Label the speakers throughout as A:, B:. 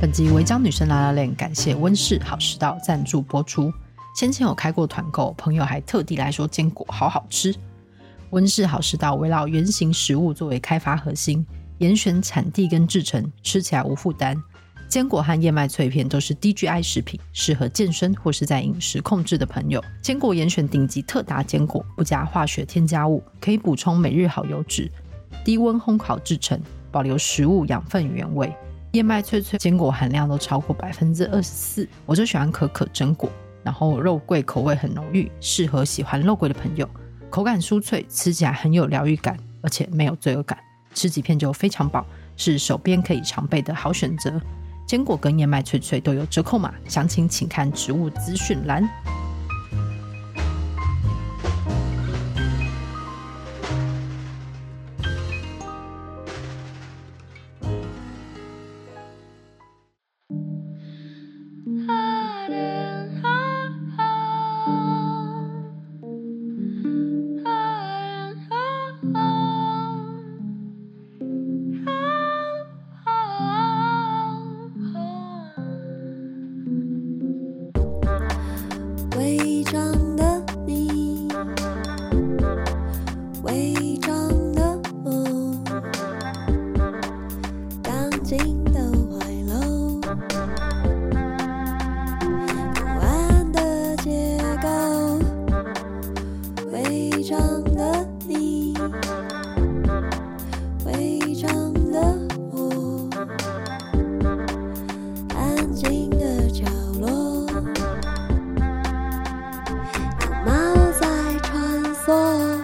A: 本集违章女生拉拉链感谢温室好食道赞助播出。先前有开过团购，朋友还特地来说坚果好好吃。温室好食道围绕原型食物作为开发核心，严选产地跟制成，吃起来无负担。坚果和燕麦脆片都是低 GI 食品，适合健身或是在饮食控制的朋友。坚果严选顶级特达坚果，不加化学添加物，可以补充每日好油脂。低温烘烤制成，保留食物养分原味。燕麦脆脆坚果含量都超过百分之二十四，我就喜欢可可榛果。然后肉桂口味很浓郁，适合喜欢肉桂的朋友，口感酥脆，吃起来很有疗愈感，而且没有罪恶感，吃几片就非常饱，是手边可以常备的好选择。坚果跟燕麦脆脆都有折扣码，详情请看植物资讯栏。
B: 嗯
C: 违章的你，违章的我，钢筋的怀楼，不安的结构，违章的你，违章的我，安静的角落。猫在穿梭。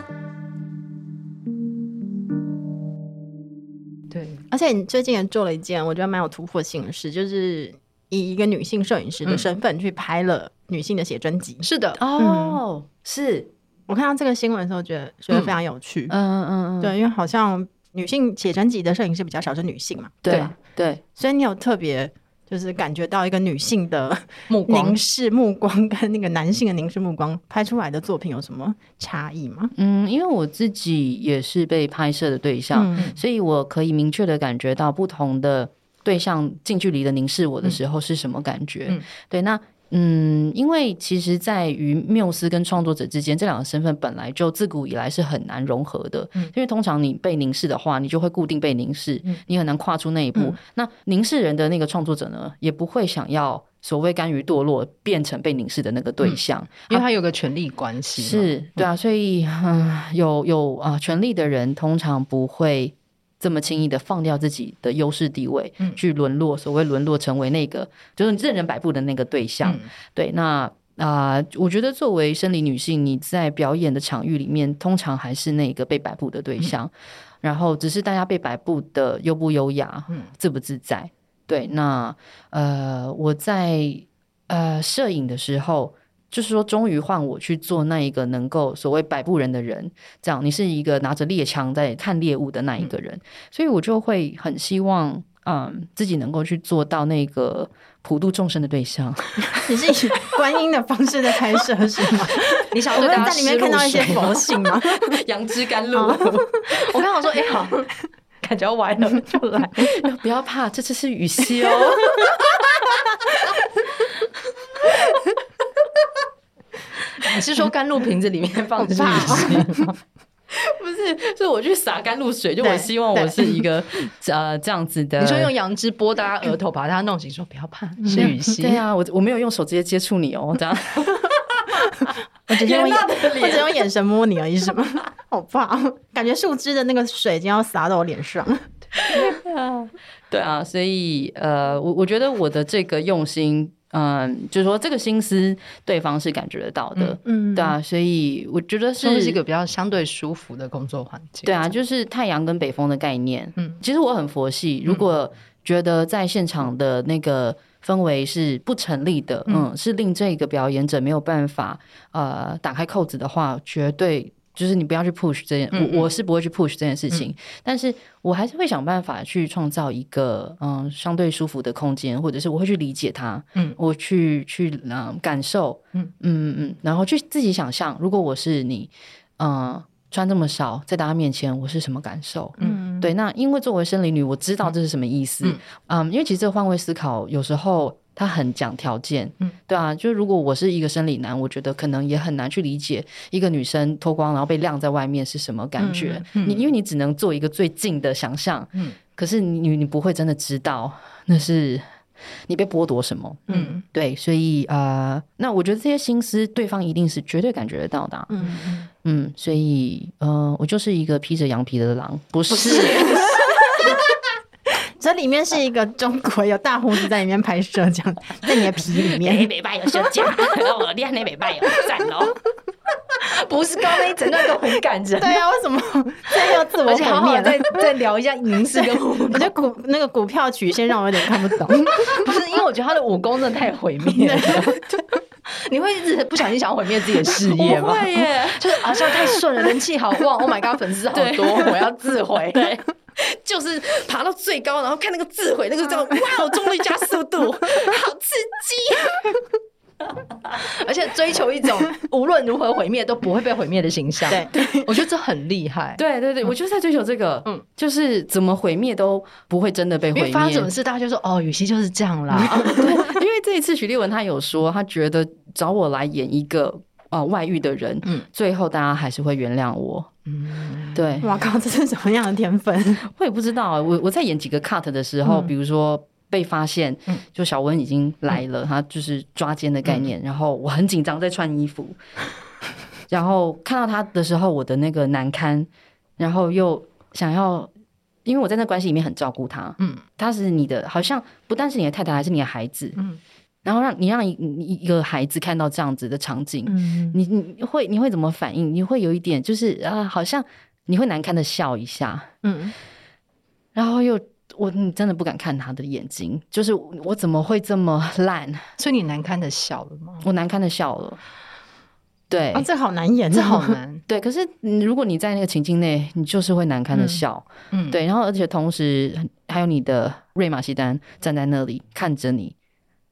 A: 对，
D: 而且你最近也做了一件我觉得蛮有突破性的事，就是以一个女性摄影
A: 嗯
D: 师的身份去拍了女性的写真集。
E: 是的，嗯
D: 哦，
E: 是，
D: 我看到这个新闻的时候，觉得觉得非常有趣。
A: 嗯嗯嗯，
D: 对，因为好像女性写真集的摄影师比较少是女性嘛，
E: 对
D: 吧
E: 对，
D: 所以你有特别就是感觉到一个女性的
A: 目
D: 凝视目光跟那个男性的凝视目光拍出来的作品有什么差异吗？
E: 嗯，因为我自己也是被拍摄的对象，
D: 嗯
E: 所以我可以明确的感觉到不同的对象近距离的凝视我的时候是什么感觉。
D: 嗯
E: 对，那嗯，因为其实在于缪斯跟创作者之间这两个身份本来就自古以来是很难融合的，
D: 嗯
E: 因为通常你被凝视的话，你就会固定被凝视，
D: 嗯
E: 你很难跨出那一步。
D: 嗯
E: 那凝视人的那个创作者呢，也不会想要所谓甘于堕落，变成被凝视的那个
D: 嗯
E: 对象。
A: 因为它有个权力关系，
E: 是对啊，所以、嗯、有有啊、权力的人通常不会这么轻易的放掉自己的优势地位，
D: 嗯
E: 去沦落，所谓沦落成为那个就是任人摆布的那个对象。
D: 嗯
E: 对，那啊、我觉得作为生理女性，你在表演的场域里面，通常还是那个被摆布的对象，
D: 嗯
E: 然后只是大家被摆布的优不优雅，
D: 嗯
E: 自不自在。对，那呃，我在呃摄影的时候，就是说，终于换我去做那一个能够所谓摆布人的人，这样你是一个拿着猎枪在看猎物的那一个人，所以我就会很希望，嗯，自己能够去做到那个普度众生的对象。
D: 你是以观音的方式在拍摄是吗？
A: 你想
D: 我
A: 要对
D: 们
A: 大家
D: 在里面看到一些佛性吗？
E: 杨枝甘露，
A: 我刚想说，哎、好，感觉要歪了，就来。
E: 不要怕，这次是雨熙哦。
A: 你是说甘露瓶子里面放的是雨熙吗？
E: 不是，是我去洒甘露水，就
D: 对
E: 我希望我是一 个呃这样子的。
A: 你说用杨枝拨大家额头，把它弄醒，说不要怕，是雨熙。
E: 对啊，我我没有用手直接接触你哦，这样。
D: 我只是用眼，
E: 袁大的
D: 我
E: 脸
D: 只用眼神摸你而已，是吗？好怕，感觉树枝的那个水已经要洒到我脸上。
E: 对啊，所以呃，我我觉得我的这个用心，嗯，就是说这个心思，对方是感觉得到的。
D: 嗯
E: 对，啊，所以我觉得
A: 这
E: 是
A: 是一个比较相对舒服的工作环境。
E: 对啊，就是太阳跟北风的概念。
A: 嗯
E: 嗯，其实我很佛系，如果觉得在现场的那个氛围是不成立的，嗯，是令这个表演者没有办法呃打开扣子的话，绝对。就是你不要去 push 这件，
A: 嗯嗯嗯
E: 我我是不会去 push 这件事情，但是我还是会想办法去创造一个嗯相对舒服的空间，或者是我会去理解它，
A: 嗯
E: 我去去嗯、呃感受，
A: 嗯
E: 嗯嗯嗯，然后去自己想
F: 呃
E: 象，如果我是你，嗯、穿这么少，在大家面前我是什么感受？
A: 嗯
D: 嗯，
F: 对，那因为作为生理女，我知道这是什么意思。
D: 嗯
F: 嗯，因为其实这个换位思考有时候它很讲条件。
D: 嗯
F: 嗯，对啊，就如果我是一个生理男，我觉得可能也很难去理解一个女生脱光然后被晾在外面是什么感觉。
D: 嗯嗯
F: 你因为你只能做一个最近的想象，
D: 嗯
F: 可是你你你不会真的知道那是你被剥夺什么。
D: 嗯
F: 对，所以呃，那我觉得这些心思，对方一定是绝对感觉得到的啊、
D: 嗯嗯，
F: 嗯，所以呃，我就是一个披着羊皮的狼，不是。
D: 这里面是一个中国有大胡子在里面拍摄，这样在你的皮里面，
F: 北拜有休假， 我练那北拜有赞哦。不是，刚刚那一整段都很感人，
D: 对啊，为什么这要自我
F: 而且好
D: 毁
F: 好
D: 灭
F: 地
D: 了
F: 再？ 再聊一下银饰跟武
D: 我觉
F: 功，
D: 得股那个股票曲线让我有点看不懂，
F: 不是因为我觉得他的武功真的太毁灭了。 你会一直不小心想要毁灭自己的事业 吗？
E: 不会耶，
F: 就是好像太顺了，人气好旺，Oh my god，粉丝好多，我要自毁。对，
E: 就是爬到最高，然后看那个自毁，那
F: 嗯
E: 个叫哇，我终于加速 度，好刺激！
F: 而且追求一种无论如何毁灭都不会被毁灭的形象。
D: 对，
F: 我觉得这很厉害。嗯
E: 对对对，我就是在追求这个，
D: 嗯
E: 嗯，就是怎么毁灭都不会真的被
F: 因
E: 毁
F: 为
E: 灭。
F: 发生什么事，大家就说哦，雨熙就是这 样啦。
E: 因为这一次许立文他有说，他觉得找我来演一个呃外遇的人，
D: 嗯
E: 嗯，最后大家还是会原谅我。嗯，对，
D: 哇靠，这是什么样的天分？
E: 我也不知道，啊我我在演几个 cut 的时候，
D: 嗯
E: 比如说。被发现
D: 嗯，
E: 就小温已经来了，他就是抓奸的概
D: 嗯
E: 念。然后我很紧张，在穿 衣服，然后看到他的时候，我的那个难堪，然后又想要，因为我在那关系里面很照顾他，
D: 嗯
E: 他是你的，好像不但是你的太太，还是你的孩子，
D: 嗯
E: 然后让你让一你一个孩子看到这样子的场景，
D: 嗯
E: 你你会你会怎么反应？你会有一点就是啊，好像你会难堪的笑一下，
D: 嗯
E: 然后又我你真的不敢看他的眼睛，就是我怎么会这么烂？
A: 所以你难堪的笑了 吗？
E: 我难堪的笑了，对、
D: 啊，这好难演哦，
A: 这好难。
E: 对。可是你如果你在那个情境内，你就是会难堪的笑，
A: 嗯，
E: 对。然后而且同时还有你的瑞玛西丹站在那里看着你，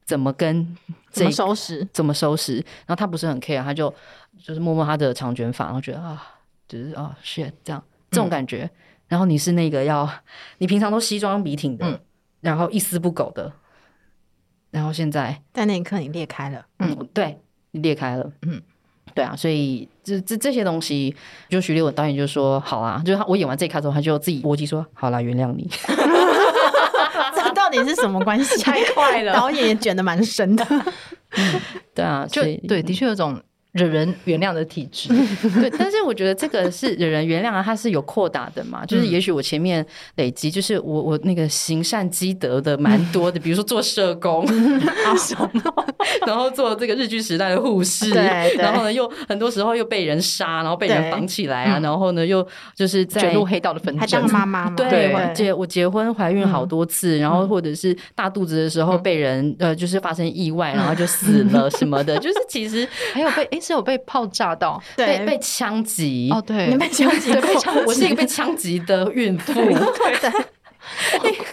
E: 怎么跟
D: 怎
E: 这
D: 么
E: 个
D: 收拾？
E: 怎么收拾。然后他不是很 care，他就就是摸摸他的长卷发，然后觉得啊，就是啊 shit 这样这种感觉。然后你是那个要你平常都西装笔挺的，
D: 嗯
E: 然后一丝不苟的，然后现在
D: 在那一刻你裂开了，
E: 嗯，对，你裂开了，
D: 嗯
E: 嗯。对啊，所以这这这些东西，就徐立文导演就说好啊，就是他我演完这一卡之后，他就自己逻辑说好啦，原谅你。
D: 这到底是什么关系？太快了， 导演也卷的蛮深的。
E: 对啊，
A: 就
E: 所以
A: 对，的确有种惹人原谅的体 质。
E: 对，但是我觉得这个是惹人原谅啊，它是有扩大的嘛。就是也许我前面累积，就是我我那个行善积德的蛮多的，比如说做社工，然后做这个日剧时代的护士，
D: 对对
E: 然后呢又很多时候又被人杀，然后被
D: 对
E: 人绑起来啊，
A: 嗯
E: 然后呢又就是在
F: 卷入黑道的纷
D: 还
F: 争
D: 当。妈妈嘛？
E: 嗯对，我结我结婚怀孕好多次，然后或者是大肚子的时候被人、呃，就是发生意外，然后就死了什么的，就是其实
A: 还有被诶，是有被炮炸到
E: 被
D: 对，
E: 被枪击
A: 哦，对
D: 你，被枪击
E: 对，
D: 过
E: 被枪，我是一个被枪击的孕妇，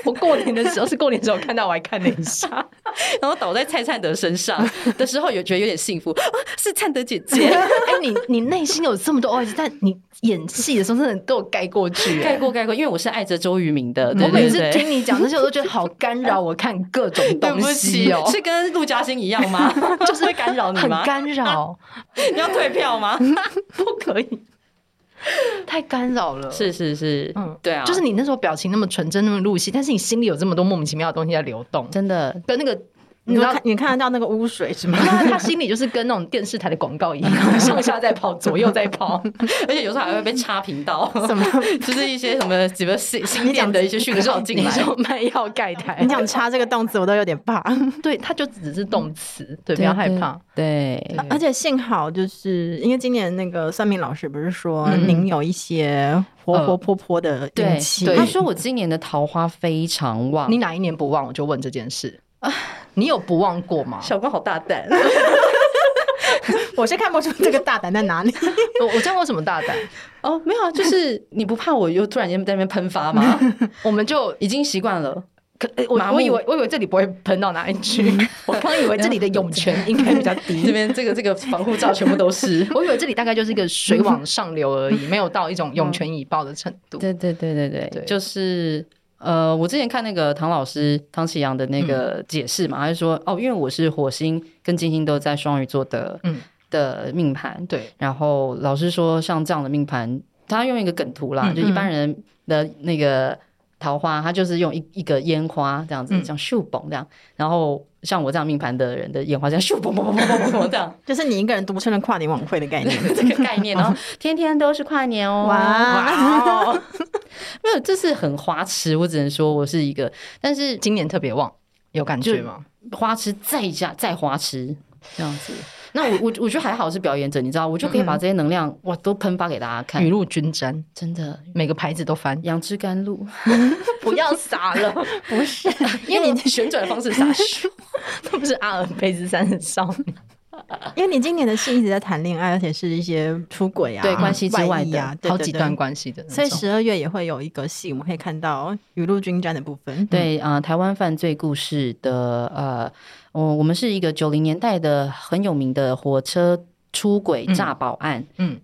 A: 我过年的时候是过年的时候看到，我还看了一下。
E: 然后倒在蔡灿德身 上的时候，有觉得有点幸福，啊、是灿德姐姐
A: 哎，你你内心有这么多 OS，但你演戏的时候真的都有盖过去。
E: 盖
A: 哎
E: 过盖过，因为我是爱着周渝民的，
A: 我
E: 对
A: 每
E: 对
A: 次
E: 对。
A: 听你讲这些，我都觉得好干扰我看各种
E: 对
A: 东
E: 不起
A: 西哦，
E: 是跟陆嘉欣一样吗？ 就是会干扰你
A: 很
E: 吗？
A: 干 嗯扰，
E: 你要退票吗？
A: 不可以，太干扰了。
E: 是是是，
A: 嗯
E: 嗯，对啊，
A: 就是你那时候表情那么纯真，那么入戏，但是你心里有这么多莫名其妙的东西在流动，
E: 真的，
A: 跟那个你
D: 你
A: 知
D: 说
A: 道
D: 看，你看得到那个污水是吗？
A: 那他心里就是跟那种电视台的广告一样，上下在跑，左右在跑。
E: 而且有时候还会被差评到，
D: 什么？
E: 就是一些什么什么新新
D: 讲
E: 店的一些讯号进
A: 你
E: 来，
A: 说卖药盖台
D: 你，想插这个动词，我都有点怕。
A: 对，他就只是动词，对，不要害怕。
E: 对，对
D: 而且幸好，就是因为今年那个算命老师不是说
A: 嗯
D: 您有一些活活泼泼的运
E: 呃对
D: 气，
E: 对，他
D: 他
E: 说我今年的桃花非常旺，
A: 你哪一年不忘？我就问这件事。
E: 啊
A: 你有不忘过吗？
E: 小光好大胆，
D: 我是看不出这个大胆在哪里。
A: 我我这样为什么大胆？
E: 哦，没有啊，就是你不怕我又突然间在那边喷发吗？
A: 我们就
E: 已经习惯了。
F: 可呃我
E: 麻木嗯
F: 我以为我以为这里不会喷到哪里去， 我刚以为这里的涌泉应该比较
E: 这
F: 低，。
E: 边这个这个防护罩全部都是
F: 我以为这里大概就是一个水往上流而已，没有到一种涌泉以报的程度。
E: 对对对对对，
F: 对
E: 就是呃，我之前看那个唐老师唐启阳的
F: 嗯
E: 那个解释嘛，他就说哦，因为我是火星跟金星都在双鱼座的，
F: 嗯
E: 的命盘，
F: 对，
E: 然后老师说像这样的命盘，他用一个梗图啦，
F: 嗯
E: 就一般人的那个桃花，他就是用一一个烟花这样子，
F: 嗯
E: 这样咻嘣这样，然后像我这样命盘的人的烟花这样咻嘣嘣嘣嘣嘣嘣这样
D: 就是你一个人独撑了跨年晚会的概 念。
E: 这个概念，然后天天都是跨年哦，
D: 哇，哦
E: 没有，这是很花痴。我只能说我是一个，但是
F: 今年特别旺，有感觉吗？
E: 花痴再加再花痴这样子。那我我我觉得还好是表演者，你知道，我就可以
F: 嗯
E: 把这些能量哇都喷发给大家看
F: 雨。露均沾，
E: 真的，
F: 每个牌子都翻，
E: 杨枝甘 露，
F: 不要撒了，
D: 不是，
E: 因为你 旋转的方式撒咻，
F: 那不是阿尔卑斯山的少女。
D: 因为你今年的戏一直在谈恋爱，而且是一些出轨啊，
E: 对关系之外
D: 外
E: 的
D: 遇啊，对
F: 好几段。
D: 对对
F: 关系的那种，
D: 所以十二月也会有一个戏，我们可以看到雨露均沾的部分。嗯
E: 对啊、呃台湾犯罪故事的呃，我我们是一个九零年代的很有名的火车出轨诈保案，
F: 嗯，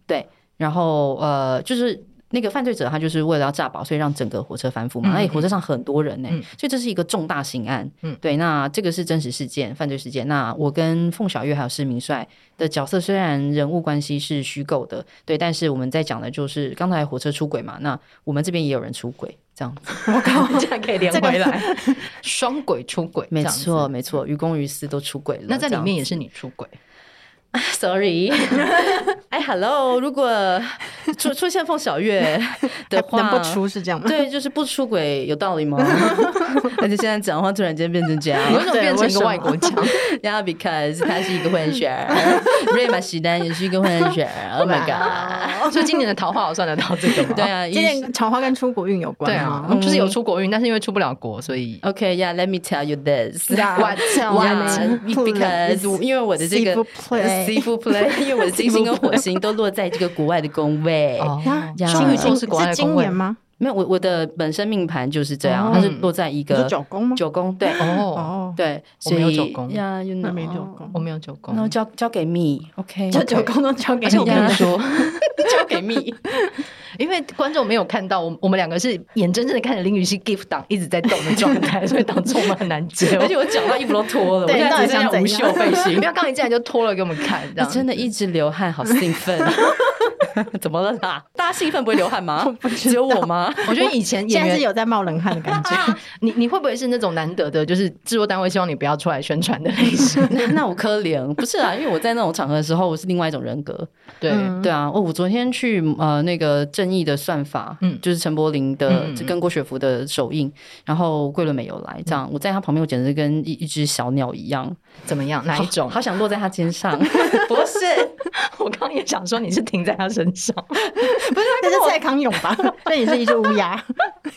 E: 然后呃，就是那个犯罪者他就是为了要诈保，所以让整个火车翻覆嘛。
F: 嗯
E: 哎、火车上很多人呢、
F: 嗯
E: 所以这是一个重大刑案。
F: 嗯
E: 对，那这个是真实事件，犯罪事件。那我跟凤小岳还有施明帅的角色虽然人物关系是虚构的，对，但是我们在讲的就是刚才火车出轨嘛，那我们这边也有人出轨，这样子。
F: 我靠，这样可以连
D: 这个
F: 回来，双轨出轨，
E: 没
F: 这样子嗯
E: 错，。没错，于公于私都出轨了。
F: 那在里
E: 这样
F: 面也是你出轨，
E: Sorry，哎，Hello，如果出出现凤小月 的
D: 还
E: 话，
D: 能不出是这样吗？
E: 对，就是不出轨有道理吗？ 而且现在讲话突然间变成这样
F: 你为什么
D: 对
F: 变成一
D: 为什
F: 个
D: 么
F: 外国腔？
E: ，Yeah, because 他是一个混血儿，瑞玛西丹也是一个混血儿。Oh my god！
F: 所以今年的桃花我算得到这个吗？
E: 对啊，
D: 啊今
E: 一
D: 年桃花跟出国运有关
F: 对啊
D: 吗，？
F: 嗯就是有出国运，但是因为出不了国，所以
E: OK, yeah, let me tell you this.
D: Yeah,
E: yeah,
D: tell me
E: because
D: please.
E: 因为我的这个
D: Civil play
E: Civil play，因为我的金星跟火星都落在这个国外的宫位。
F: 哦，
E: 呀
D: 双鱼
F: 座
D: 座
F: 是国外的
D: 今
F: 宫位
D: 年吗？
E: 没有，我我的本身命盘就是这样，
D: 哦
E: 它是落在一
D: 你说
E: 个
D: 九宫吗？
E: 九宫，对
F: 哦，
D: 哦，
E: 对，
F: 我
E: 所
F: 没有
E: 以
F: 九宫
E: 呀，you
D: 那
E: know，哦
D: 没九宫
F: 哦我，没有九宫，
E: 那交交给 me，OK，
D: 就九宫都交给
F: 而且我
D: 你
F: 跟
D: 了
F: 你。说，
E: 交给 me。
F: 因为观众没有看到，我我们两个是眼睁睁的看着林雨熙 GIF 档一直在动的状 态，所以导致我们很难接。
E: 而且我讲到衣服都脱了，我
D: 对
E: 现
D: 到
E: 在
D: 底
E: 只剩
D: 想
E: 下无
D: 怎样
E: 袖 背
F: 你
E: 心
F: 不，要刚一进来就脱了给我们看，这样
E: 真的一直流汗，好 兴奋。怎么了啦？大家兴奋不会流汗吗？只有我吗？
F: 我觉得 以前演
D: 现在
F: 员
D: 是有在冒冷汗的感觉，
F: 你你会不会是那种难得的，就是制作单位希望你不要出来宣传的类型？
E: 那那我可怜，不是啊，因为我在那种场合的时候，我是另外一种人格。
F: 对，
D: 嗯
E: 对啊，哦，我昨天去呃那个正义的算法，
F: 嗯
E: 嗯，就是陈柏霖的
F: 嗯嗯嗯
E: 跟郭雪芙的首映，然后桂纶镁有来，这样
F: 嗯
E: 我在他旁边，我简直跟一一只小鸟一样，
F: 怎么样？哪一种？
E: 好想落在他肩 上，不是。
F: 我刚刚也想说你是停在他身上，啊
D: 那是蔡康永 吧？所以你是一只乌鸦，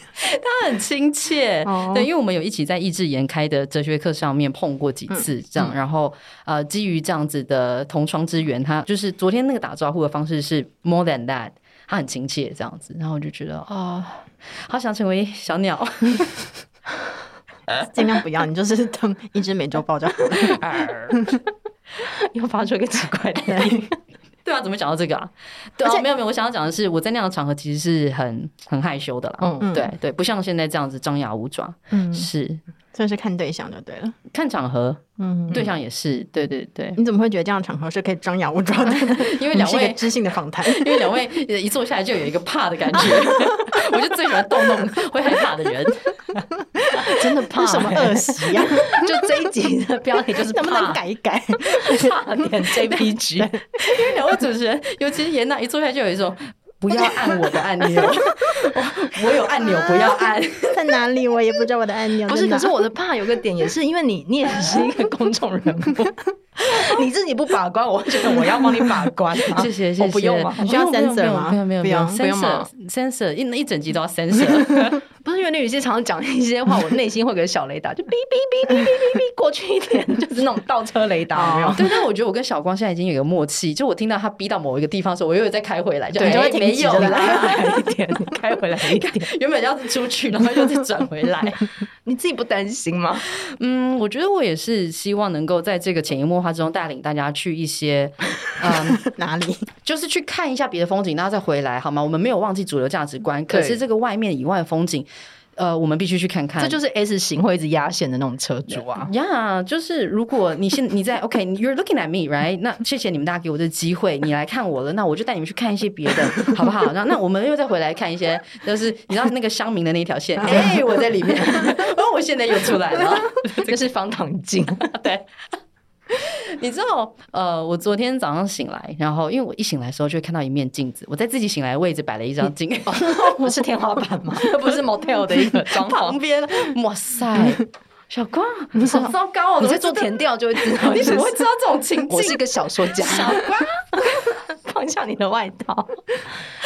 E: 很亲切。
D: 哦
E: 对，因为我们有一起在益智研开的哲学课上面碰过几次，
D: 嗯
E: 这样，然后呃，基于这样子的同窗之缘，他就是昨天那个打招呼的方式是 more than that，他很亲切这样子，然后我就觉得啊、哦好想成为小鸟。
D: 尽量不要，你就是当一只美洲豹就好了。
F: 又发出一个奇怪的 音。
E: 对啊，怎么讲到这个啊？对
D: 而
E: 啊，
D: 且
E: 没有没有，我想要讲的是，我在那样的场合其实是很很害羞的啦。
F: 嗯，
D: 嗯
E: 对对，不像现在这样子张牙舞爪，
D: 嗯，
E: 是
D: 所以是看对象就对了。
E: 看场合，
D: 嗯，
E: 对象也是，对对对，
D: 你怎么会觉得这样的场合是可以张牙舞爪的？
E: 因
D: 你
E: 为两
D: 是一
E: 位
D: 个知性的访谈，
E: 因为两位呃一坐下来就有一个怕的感觉， 我就最喜欢动动会害怕的人。
F: 真的怕
D: 是什么
F: 欸
D: 恶习呀？
F: 就这一集的标题 就是
D: 能不能
F: 怕
D: 改一改？
F: 怕 点 JPG？
E: 因为两位主持人，尤其是严娜，一坐下来就有一种不要按我的按 钮，我我有按钮不要按。
D: 在哪里？我也不知道我的按钮
F: 不是，
D: 在哪
F: 可是我的怕有个点也是因 为你，你也是一个公众人 物，你自己不把关，我会觉得我要帮你把关 啊。
E: 谢谢谢谢，
F: 我不用吗？
D: 需要 censor 吗
E: 没有没有没有
D: 不
F: 用不用吗
E: ，censor censor 一一整集都要 censor。
D: 不是因为那女性常常讲一些话，我内心会有个小雷达，就哔哔哔哔哔哔哔过去一点，就是那种倒车雷达，有没有？
E: 对，但我觉得我跟小光现在已经有一个默契，就我听到他逼到某一个地方的时候，我又有再开回来，就
D: 对，就
E: 哎
D: 会停
E: 没
D: 止
E: 有
D: 了，
E: 啦，
D: 开回来一点，开回来一点。
E: 原本要出去，然后又再转回来。
D: 你自己不担心吗？
E: 嗯，我觉得我也是希望能够在这个潜移默化之中带领大家去一些，嗯，
D: 哪里？
E: 就是去看一下别的风景，然后再回来，好吗？我们没有忘记主流价值观，
D: 对
E: 可是这个外面以外的风景，呃，我们必须去看看。
D: 这就是 S 型会一直压线的那种车主啊。
E: 呀就是如果你现你在 OK，you're、looking at me，right？那谢谢你们大家给我这个机会，你来看我了，那我就带你们去看一些别的，好不好？那那我们又再回来看一些，就是你知道那个乡民的那一条线，哎、我在 里面，哦，我现在又出来了。
D: 这是方糖镜，
E: 你知道，呃，我昨天早上醒来，然后因为我一醒来的时候就会看到一面镜子，我在自己醒来的位置摆了一张镜，
D: 不是天花板 吗？这不是 motel 的一哦个装
E: 旁
D: 潢。
E: 边，哇塞，小光，你 好糟糕哦，
D: 你在做
E: 怎么会知道
D: 填调就会知道，
E: 你怎么会知道这种情
D: 我是
E: 境
D: 一？个小说家。 放下你的外 套，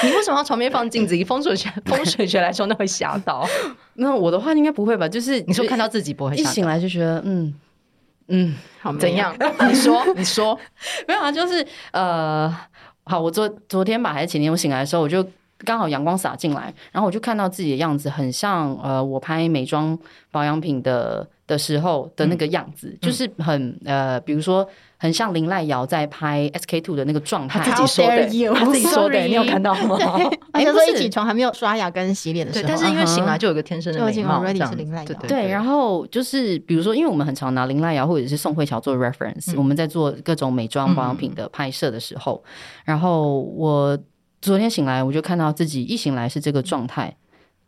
D: 你为什么要床边放镜子？以风水学风水学来说，那会吓到。
E: 那我的话应该不会吧？就是
A: 你说
E: 就
A: 看到自己不会
E: 一
A: 吓到
E: 醒来就觉得，嗯嗯，
D: 怎 样？你说，你说，
E: 没有啊，就是呃，好，我昨昨天吧还是前天，我醒来的时候，我就刚好阳光洒进来，然后我就看到自己的样子很像呃，我拍美妆保养品的的时候
D: 嗯
E: 的那个样子，就是很呃，比如说很像林濑瑶在拍 SK two 的那个状态，
D: 自己说的
E: How dare
D: 他自己说的，
E: Sorry
D: 你有看到吗？
E: 哎
D: 哎
E: 不
D: 不是
E: 是
F: 床还没有刷牙跟洗脸的
D: 对，但是因为醒
E: 嗯
D: 来就有一个天生的
F: 就已
D: 美
F: 经
D: 貌，
F: already
D: 这样
F: 是林濑瑶
D: 对对
E: 对，然后就是比如说，因为我们很常拿林濑瑶或者是宋慧乔做 reference，、
A: 嗯
E: 我们在做各种美妆保养品的拍摄的时候，然后我昨天醒来，我就看到自己一醒来是这个状态，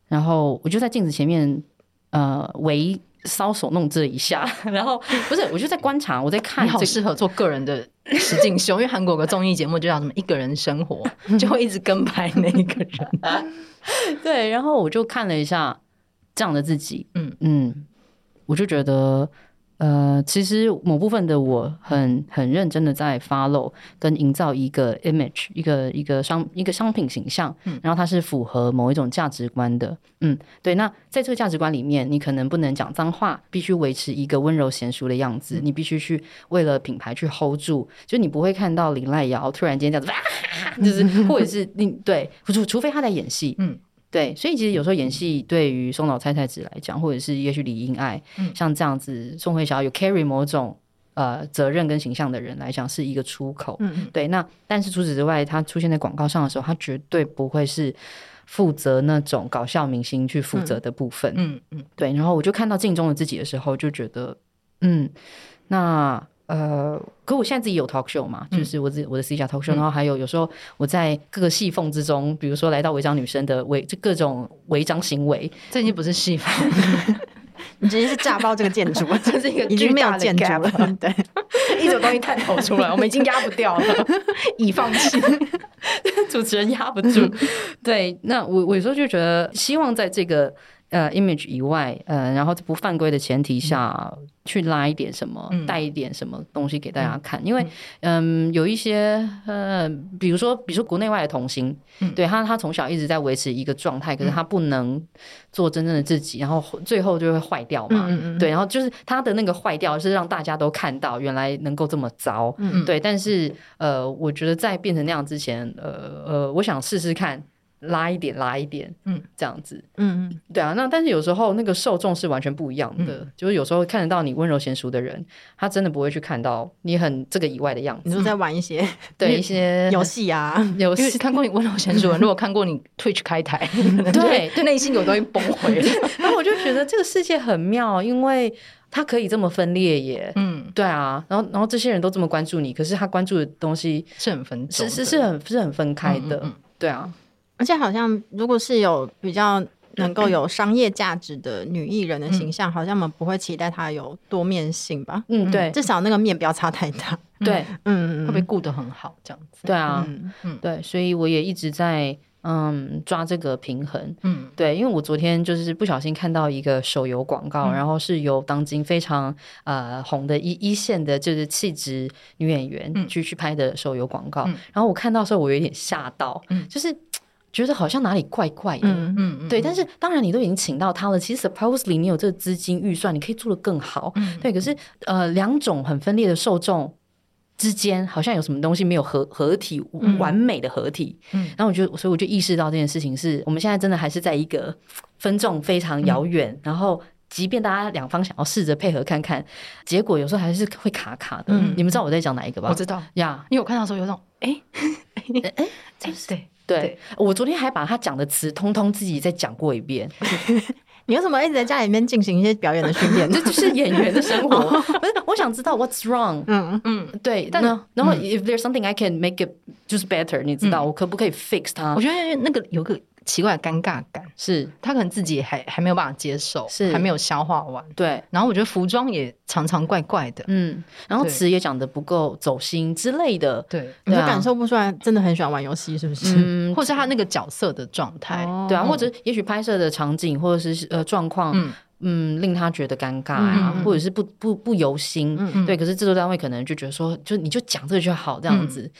E: 然后我就在镜子前面呃微搔首弄姿一下， 然后不是，我就在观察，我在看
D: 你好
E: 这个。
D: 适合做个人的实境 秀，因为韩国有个综艺节目就叫什么“一个人生活”，就会一直跟拍那一个人。
E: 对，然后我就看了一下这样的自己，
D: 嗯
E: 嗯嗯，我就觉得，呃，其实某部分的我很很认真的在 follow 跟营造一个 image，一个一个商一个商品形象，然后它是符合某一种价值观的，嗯，对。那在这个价值观里面，你可能不能讲脏话，必须维持一个温柔娴熟的样子，你必须去为了品牌去 hold 住，就你不会看到林濑瑶突然间这样子，啊、 就是或者是你对，除除非他在演戏，对，所以其实有时候演戏对于松岛菜菜子来讲，或者是也许李英爱，
D: 嗯
E: 像这样子宋慧乔有 carry 某种呃责任跟形象的人来讲，是一个出口。
D: 嗯，
E: 对，那但是除此之外，他出现在广告上的时候，他绝对不会是负责那种搞笑明星去负责的部分。
D: 嗯嗯，
E: 对，然后我就看到镜中的自己的时候，就觉得，嗯，那呃，可我现在自己有 talk show 嘛，
D: 嗯
E: 就是我自己我的私底下 talk show，、然后还有有时候我在各个细缝之中，比如说来到违章女生的违，就各种违章行为，
D: 这已经不是戏法，
F: 你直接是炸爆这个建筑，
D: 这是一个
F: 已经
D: 巨
F: 没有
D: 大的
F: 建筑
D: gap
F: 了，对，
D: 一种东西探头出来，我们已经压不掉了，已放弃。
E: 主持人压不 住。对，那我我有时候就觉得，希望在这个呃 image 以外，呃，然后不犯规的前提下，去拉一点什么
D: 嗯，
E: 带一点什么东西给大家看，因为嗯，有一些呃，比如说比如说国内外的童星，
D: 嗯
E: 对他他从小一直在维持一个状态，可是他不能做真正的自己，然后最后就会坏掉嘛。
D: 嗯
E: 对，然后就是他的那个坏掉是让大家都看到，原来能够这么糟。
D: 嗯
E: 对，但是呃，我觉得在变成那样之前，呃呃，我想试试看，拉一点，拉一点，
D: 嗯
E: 嗯，这样子，
D: 嗯嗯，
E: 对啊。那但是有时候那个受众是完全不一样的，就是有时候看得到你温柔娴熟的人，他真的不会去看到你很这个以外的样
F: 你
E: 子，
F: 说在玩一些
E: 对一些
F: 游戏啊，
E: 有
D: 因为看过你温柔贤淑人，如果看过你 Twitch 开台，
E: 对
D: 对，内心有东西崩毁了。
E: 然后我就觉得这个世界很妙，因为它可以这么分裂耶。
D: 嗯，
E: 对啊，然后然后这些人都这么关注你，可是他关注的东西
D: 是很分手
E: 是
D: 的，
E: 是是很是很分开的，
D: 嗯嗯嗯
E: 对啊，
F: 而且好像如果是有比较能够有商业价值的女艺人的形象，好像我们不会期待她有多面性吧？
E: 嗯
D: 嗯
E: 对
F: 至少那个面不要差太大。
E: 对
F: 嗯，嗯嗯
D: 会被顾得很好，这样子。
E: 对啊，
F: 嗯
E: 对，所以我也一直在嗯抓这个平衡。
D: 嗯
E: 对，因为我昨天就是不小心看到一个手游广
D: 嗯
E: 告，然后是由当今非常呃红的一一线的，就是气质女演员
D: 嗯
E: 去、去拍的手游广告。
D: 嗯
E: 然后我看到的时候，我有一点吓到，
D: 嗯
E: 就是觉得好像哪里怪怪的。
D: 嗯嗯，
F: 嗯嗯，
E: 对，但是当然你都已经请到他了，其实 supposedly 你有这个资金预算，你可以做得更好。
F: 嗯
E: 对，可是呃，两种很分裂的受众之间，好像有什么东西没有合合体
D: 嗯
E: 完美的合体。
F: 嗯
E: 然后我就，所以我就意识到这件事情是，我们现在真的还是在一个分众非常遥远，
F: 嗯
E: 然后。即便大家两方想要试着配合看看，结果有时候还是会卡卡的。
F: 嗯
E: 你们知道我在讲哪一个吧？
F: 我知道，
E: 呀
F: 因为我看到的时候有种哎
E: 哎
F: 哎，对，
E: 对我昨天还把他讲的词通通自己再讲过一遍，
D: 你为什么一直在家里面进行一些表演的训 练？
E: 这就是演员的生
F: 哦
E: 活。不是，我想知道 what's wrong。
D: 嗯，
F: 嗯，
E: 对，
F: 但
E: 但然后
F: 嗯
E: if there's something I can make it 就是 better，你知道我可不可以 fix 它
F: 我？觉得那个有个奇怪的尴尬感，
E: 是，
F: 他可能自己也还还没有办法接受，
E: 是
F: 还没有消化完。
E: 对，
F: 然后我觉得服装也常常怪怪的，
E: 嗯，然后
F: 对
E: 词也讲的不够走心之类的。
F: 对，
D: 你就
E: 对啊
D: 感受不出来，真的很喜欢玩游戏，是不是？
E: 嗯，
F: 或是他那个角色的状态，
D: 哦
E: 对啊，或者也许拍摄的场景或者是呃状况，
F: 嗯
E: 嗯令他觉得尴尬
F: 嗯
E: 啊，
F: 嗯嗯
E: 或者是不不不由心，
D: 嗯嗯
E: 对。可是制作单位可能就觉得说，就你就讲这个就好这样子，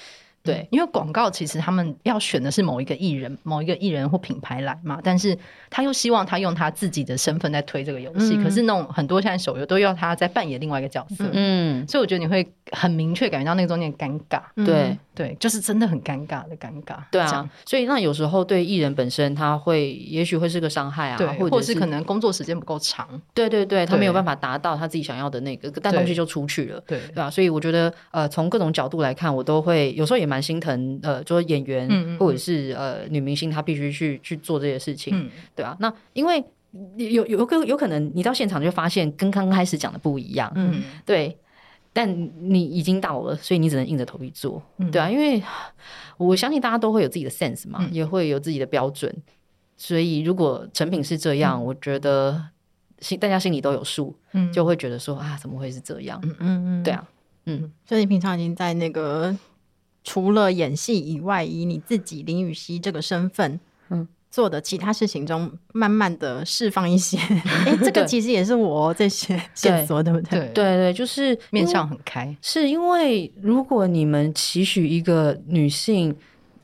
E: 对，
F: 因为广告其实他们要选的是某一个艺人、某一个艺人或品牌来嘛，但是他又希望他用他自己的身份在推这个游戏，
D: 嗯
F: 可是那种很多现在手游都要他在扮演另外一个角色，
E: 嗯，
F: 所以我觉得你会很明确感觉到那个中间的尴尬，
D: 嗯
E: 对，
F: 对，就是真的很尴尬的尴尬，
E: 对
F: 这
E: 啊
F: 样。，
E: 所以那有时候对艺人本身他会，也许会是个伤害啊，
F: 对，或
E: 者
F: 者是可能工作时间不够长，
E: 对对对，他
F: 对
E: 没有办法达到他自己想要的那个，但
F: 对
E: 东西就出去了。
F: 对，
E: 对吧、所以我觉得，呃，从各种角度来看，我都会有时候也蛮心疼，呃，就是演员
F: 嗯嗯嗯
E: 或者是呃女明星，她必须去去做这些事情，
F: 嗯，
E: 对吧、那因为有有个有可能你到现场就发现跟刚开始讲的不一样，
F: 嗯，
E: 对，但你已经到了，所以你只能硬着头皮做，对啊，因为我相信大家都会有自己的 sense 嘛，
F: 嗯
E: 也会有自己的标准，所以如果成品是这样，我觉得心大家心里都有数，
F: 嗯
E: 就会觉得说啊，怎么会是这样？
D: 嗯嗯，
E: 对啊，
D: 所以你平常已经在那个除了演戏以外，以你自己林雨熙这个身份，
E: 嗯
D: 嗯，做的其他事情中，慢慢的释放一些。 哎、这个其实也是我哦这些线索，对不对？
F: 对，
E: 对对，就是
F: 面
E: 因为
F: 向很开，
E: 是因为如果你们期许一个女性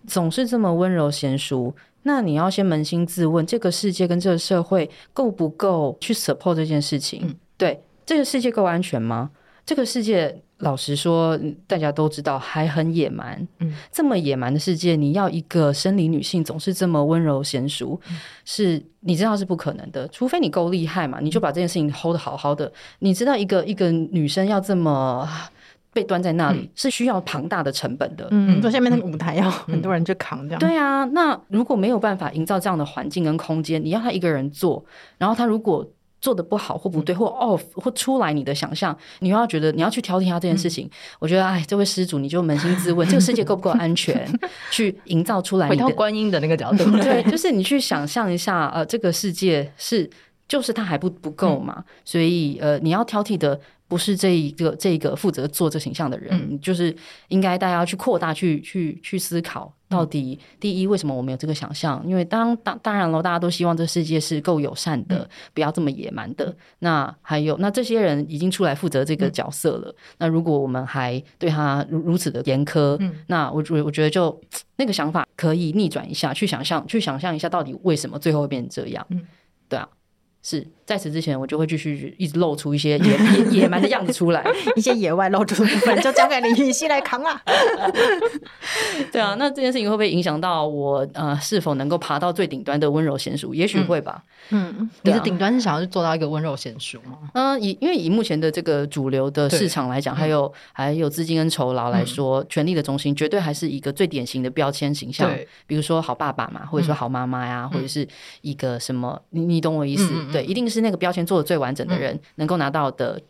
E: 总是这么温柔娴熟，那你要先扪心自问，这个世界跟这个社会够不够去 support 这件事情？
F: 嗯
E: 对，这个世界够安全吗？这个世界，老实说，嗯大家都知道还很野蛮。
F: 嗯，
E: 这么野蛮的世界，你要一个生理女性总是这么温柔娴熟，
F: 嗯
E: 是你知道是不可能的，除非你够厉害嘛，你就把这件事情 hold 得好好的。你知道一个一个女生要这么啊被端在那里，
F: 嗯
E: 是需要庞大的成本的。
D: 嗯，就下面那个舞台要很多人去扛，这样。
E: 对啊，那如果没有办法营造这样的环境跟空间，你要她一个人做，然后她如果做的不好或
D: 嗯
E: 不对，或 off 或出来你的想象，你又要觉得你要去挑剔她这件事情，我觉得哎，这位施主你就扪心自问，这个世界够不够安全，去营造出来
F: 回
E: 你
F: 到
E: 的
F: 观音的那个角度，
E: 嗯 对，啊就是你去想象一下，呃，这个世界是就是它还不不够
F: 嗯
E: 嘛，所以呃，你要挑剔的不是这一个这一个负责做这形象的人，
F: 嗯
E: 你就是应该大家去扩大去去去思考。
F: 嗯
E: 到底第一，为什么我们有这个想象？因为当当当然了，大家都希望这世界是够友善的，
F: 嗯
E: 不要这么野蛮的。那还有，那这些人已经出来负责这
F: 嗯
E: 个角色了。那如果我们还对他如如此的严苛，
F: 嗯
E: 那我我我觉得就那个想法可以逆转一下，去想象，去想象一下到底为什么最后会变成这样。
F: 嗯
E: 对啊，是在此之前，我就会继续一直露出一些野野 野蛮的样子出 来。
D: 一些野外露出的部分，就交给林雨熙来扛 啦。
E: 对啊，那这件事情会不会影响到我呃是否能够爬到最顶端的温柔娴熟？也许会吧。
D: 嗯，
F: 你
E: 对
F: 的
E: 啊
F: 顶端是想要去做到一个温柔娴熟吗？
E: 嗯，以因为以目前的这个主流的
F: 对嗯
E: 市场来讲，还有还有资金跟酬劳来说，权力的中心绝对还是一个最典型的标签形象，
F: 对嗯
E: 比如说好爸爸嘛，或者说好妈妈呀，或者是一个什么，你你懂我意思？
F: 嗯嗯嗯嗯
E: 对，一定是那个标签做的最完整的人，能够拿到的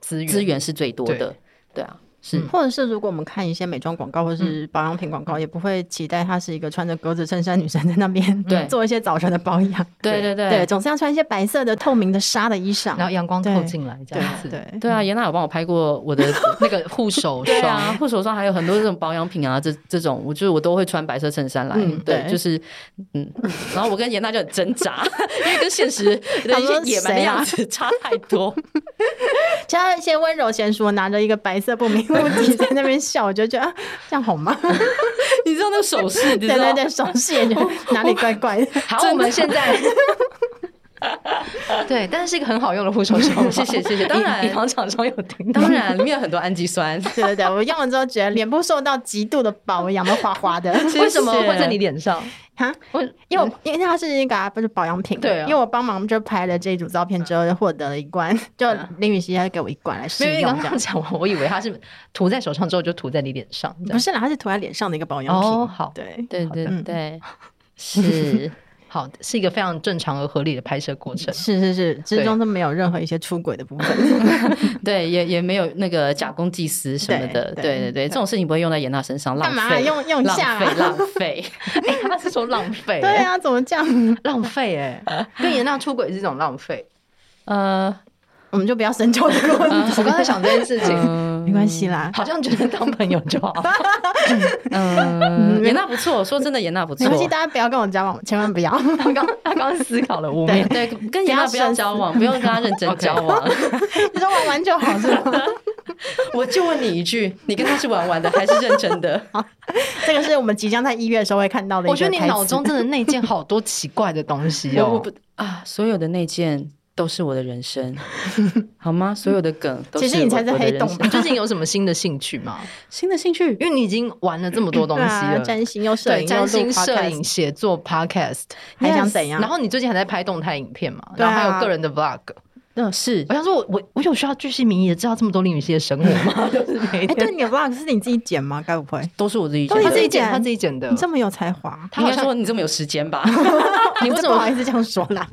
F: 资源
E: 资源是最多的
F: 对，
E: 对啊，是。
F: 嗯
D: 或者是如果我们看一些美妆广告或是保养品广告，也不会期待她是一个穿着格子衬衫女生在那边
E: 对
D: 做一些早晨的保养。
E: 对对对
D: 对，总是要穿一些白色的透明的纱的衣裳。
F: 然后阳光透
D: 对
F: 进来这
D: 对
F: 样子，
D: 对，
E: 对啊，严娜有帮我拍过我的
F: 那个护手
E: 对
F: 霜，
E: 啊，护手霜还有很多这种保养品啊，这这种，我就是我都会穿白色衬衫来，
D: 嗯
E: 对，
D: 对
E: 就是嗯，然后我跟严娜就很挣扎， 因为跟现实的
D: 想
E: 一些
D: 说
E: 野蛮的
D: 谁啊
E: 样子差太多。
D: 加一些温柔娴熟，拿着一个白色不明目击在那边笑，我就觉得啊， 这样好吗？
E: 你知道那手势，你知
D: 对对
E: 道
D: 对，手势 也觉得哪里怪怪的。
F: 好，我们 现在对，但是是一个很好用的护手霜，
E: 谢谢谢谢当然
F: 以以防厂商有听到。
E: 当然，里面有很多氨基酸。
D: 对对对，我用了之后觉得脸部受到极度的保养，都滑滑的。
F: 为什么会在你脸上？
D: 哈，
F: 为
D: 因为我因为它是那个、啊、不嗯是保养品，
F: 对啊
D: 因为我帮忙就拍了这一组照片之后，就获得了一罐，就林雨熙还给我一罐来试
F: 没有，因为
D: 用
F: 你
D: 这
F: 刚刚
D: 样。
F: 讲完，我以为它是涂在手上之后就涂在你脸上，这
D: 不
F: 样
D: 是啦，它是涂在脸上的一个保养品。
F: 哦好
D: 对，
E: 对对
D: 嗯
E: 对，
F: 是 好，是一个非常正常而合理的拍摄过 程。
D: 是是是，之中都没有任何一些出轨的部 分。
E: 对，也也没有那个假公济私什么的，
D: 对对
E: 对对对，这种事情不会用在严娜身上，浪
D: 干嘛啊
E: 费，
D: 用用一
E: 浪
D: 下
E: 费，
D: 啊？
E: 浪费，
F: 哎，他是说浪费，
D: 对，啊，怎么这样？
F: 浪费 哎，跟严娜出轨是一种浪费。
E: 呃，
D: 我们就不要深究这个问题，
F: 嗯我刚才想这件事情，
E: 嗯
D: 没关系啦。
F: 呃好像觉得当朋友就好。
E: 嗯，严娜不错，说真的，严娜 不
D: 没
E: 错，
D: 关系，大家不要跟我交往，千万 不要。
F: 他刚他刚思考了五
E: 对
F: 秒，
E: 对，跟严娜不要交往，不用跟她认真交 往。
D: 你说玩玩就好是吗？
E: 我就问你一句，你跟他是玩玩的还是认真 的？
D: 这个是我们即将在一月的时候会看到的一
F: 我
D: 个
F: 觉
D: 台
F: 得
D: 词。
F: 你脑中真的内建好多奇怪的东西
E: 我我
F: 哦。
E: 不啊，所有的内件都是我的 人生，好吗？所有的梗都是
D: 其实你才是
E: 我的
D: 黑
E: 人
D: 洞
E: 生
D: 吧
F: 你最近有什么新的兴趣吗？
E: 新的兴趣
F: 因为你已经玩了这么多东
D: 对
F: 西
D: 啊，
F: 了，
D: 占星又摄
F: 对
D: 影，
F: 占
D: 又
F: 星、
D: 录
F: 摄
D: podcast
F: 影、写作、podcast，
D: 还想
E: Yes，
D: 怎样？
F: 然后你最近还在拍动态影片嘛？
D: 对
F: 然
D: 啊
F: 后还有个人的 vlog。
E: 那是
F: 我想说我，我我有需要巨细靡遗的知道这么多林雨熙的生活吗？就是每
D: 哎，
F: 天
D: 对，你的 vlog 是你自己剪吗？该不会
E: 都是我自己
D: 都
E: 剪
D: 是
F: 他
E: 的。
F: 自己
D: 剪
F: 剪，他自己剪的
D: 你。这么有才华？
F: 他
E: 应
F: 好
E: 该
F: 像
E: 说你这么有时 间吧？
D: 你为什么不好意思这样说啦？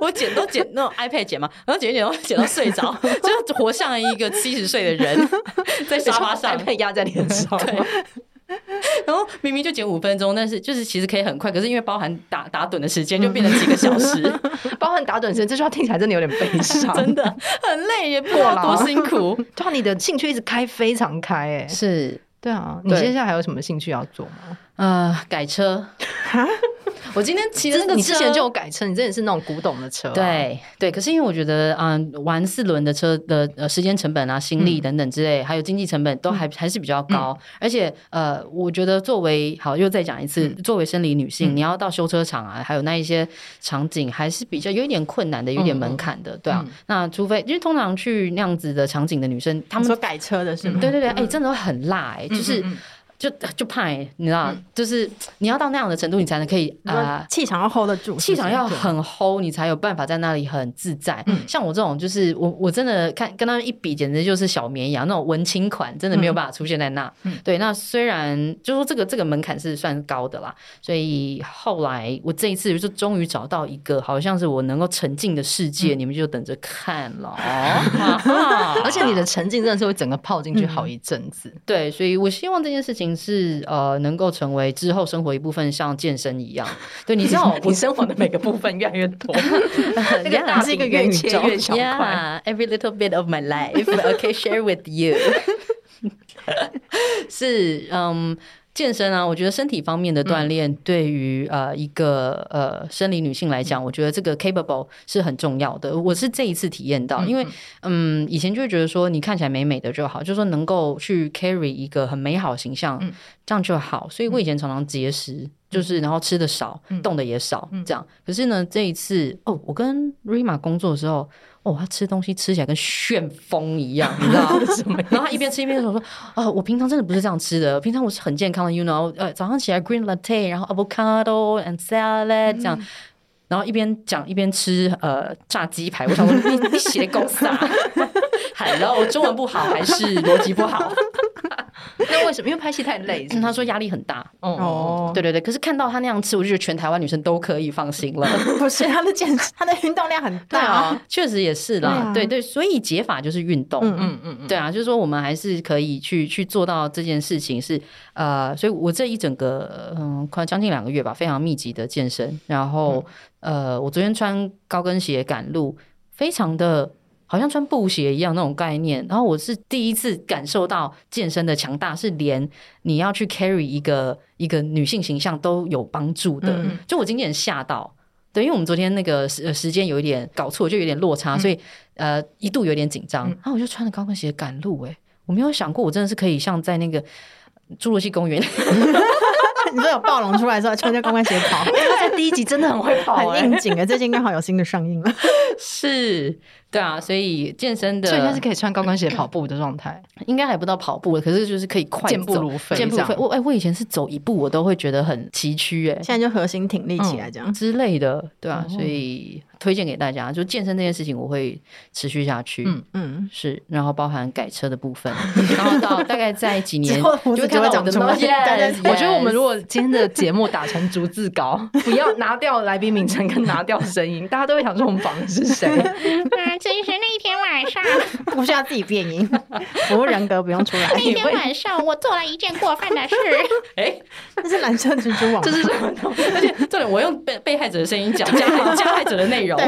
E: 我剪都剪那种 iPad 剪嘛，然后剪一剪到剪到睡 着，就活像一个七十岁的人在沙发上。
F: 被压在脸上。
E: 对， 然后明明就剪五分钟，但是就是其实可以很快，可是因为包含打打盹的时间就变成几个小时，
F: 包含打盹声，这句话听起来真的有点悲 伤。
E: 真的很累，也不知道多辛苦。
F: 对啊，你的兴趣一直开非常开 哎、
E: 是
F: 对啊，你
E: 对
F: 接下来还有什么兴趣要做吗？
E: 啊，改车。 我今天骑的那个
F: 你之前
E: 车
F: 就有改车，你真的是那种古董的车、，
E: 对对，可是因为我觉得，嗯、玩四轮的车的呃时间成本啊、心力等等之类，还有经济成本都还、还是比较高，而且呃，我觉得作为好又再讲一次，作为生理女性，你要到修车厂啊，还有那一些场景，还是比较有一点困难的，有一点门槛的，对啊。那除非因为通常去那样子的场景的女生，她
D: 他们
E: 们
D: 说改车的是
F: 嗯
D: 吗？
E: 对对对，哎、真的会很辣
D: 嗯
E: 哎、就是。就就怕、欸，你知道，就是你要到那样的程度，你才能可以
D: 你
E: 啊、
D: 说气场要 hold 得住，
E: 气场要
D: 是不是
E: 很 hold，你才有办法在那里很自在。
D: 嗯
E: 像我这种，就是我我真的看跟他们一比，简直就是小绵羊那种文青款，真的没有办法出现在那。
D: 嗯
E: 对，那虽然就说这个这个门槛是算高的啦，所以后来我这一次就终于找到一个好像是我能够沉浸的世
D: 嗯
E: 界，你们就等着看了。哦哈哈嗯
F: 而且你的沉浸真的是会整个泡进去好一阵子。
E: 对，所以我希望这件事情是呃能够成为之后生活一部分，像健身一样。对， 你知道我
F: 生活的每个部分越来越多，
E: 那
F: 那个大
D: 是一
F: 饼
D: 个
F: 越
D: 元宇
F: 切
D: 宙
F: 越小块。
E: Yeah, every little bit of my life. Okay, share with you. 是，嗯，健身啊，我觉得身体方面的锻炼对于、呃一个呃生理女性来讲，我觉得这个 capable 是很重要的。我是这一次体验到，因为嗯，以前就会觉得说你看起来美美的就好，就说能够去 carry 一个很美好的形象，这样就好。所以我以前常常节食，就是然后吃的少，动的也少，这样。可是呢，这一次哦，我跟 Rima 工作的时候，哦，他吃东西吃起来跟旋风一样，你知道吗？然后他一边吃一边说说，哦，我平常真的不是这样吃的，平常我是很健康的，you know，呃，早上起来 green latte，然后 avocado and salad 这样。然后一边讲一边吃呃炸鸡排，我想说 你你写公司啊 ，Hello，中文不好还是逻辑不好？
F: 那为什么？因为拍戏太累是不是。
E: 他说压力很大，
D: 哦，
E: 对对对，可是看到他那样吃，我就觉得全台湾女生都可以放心 了。
D: 不是他的健，他的运动量很
E: 对啊
D: 大，，
E: 确实也是啦，
D: 对
E: 对
D: 啊
E: 对，所以解法就是运动，
D: 嗯
E: 嗯嗯，对啊，就是说我们还是可以去去做到这件事情是，呃，所以我这一整个嗯，快将近两个月吧，非常密集的健身，然后、呃，我昨天穿高跟鞋赶路，非常的。好像穿布鞋一样那种概念，然后我是第一次感受到健身的强大，是连你要去 carry 一个一个女性形象都有帮助的。
D: 嗯
E: 就我今天也吓到，对，因为我们昨天那个时呃时间有一
F: 嗯
E: 点搞错，就有点落差，所以呃一度有点紧张。然后我就穿着高跟鞋赶路、欸，哎，我没有想过，我真的是可以像在那个侏罗纪公 园，
D: 你说有暴龙出来之后，穿着高跟鞋跑，
E: 在第一集真的很会
D: 很
E: 跑、欸，
D: 应景啊！最近刚好有新的上映了，
E: 是，对啊，所以健身的，
F: 所以他是可以穿高跟鞋跑步的状态，
E: 应该还不到跑步了，可是就是可以快走，
F: 健步如飞
E: 健步如
F: 这
E: 飞。
F: 样
E: 我哎、我以前是走一步我都会觉得很崎岖哎、
D: 现在就核心挺立起来这样。
E: 之类的，对啊，
F: 哦
E: 所以推荐给大家，就健身这件事情我会持续下去。
F: 嗯
D: 嗯，
E: 是，然后包含改车的部分，然后到大概在几年
D: 之后胡子
E: 会看
D: 就会
E: 到
D: 长
E: 我的
D: 出来
E: nose-
D: 对对
E: yes, yes
F: 我觉得我们如果今天的节目打成逐字稿， 不要拿掉来宾名称跟拿掉声音，大家都会想说我们访的 是谁。
B: 嗯，其实那一天晚上，
D: 不需要自己变音， 服务人格不用出来。
B: 那天晚上我做了一件过分的事。
D: 这是蓝色蜘蛛网，
E: 这是什么东西？ 而且重点，我用被被害者的声音讲加害加害者的内容，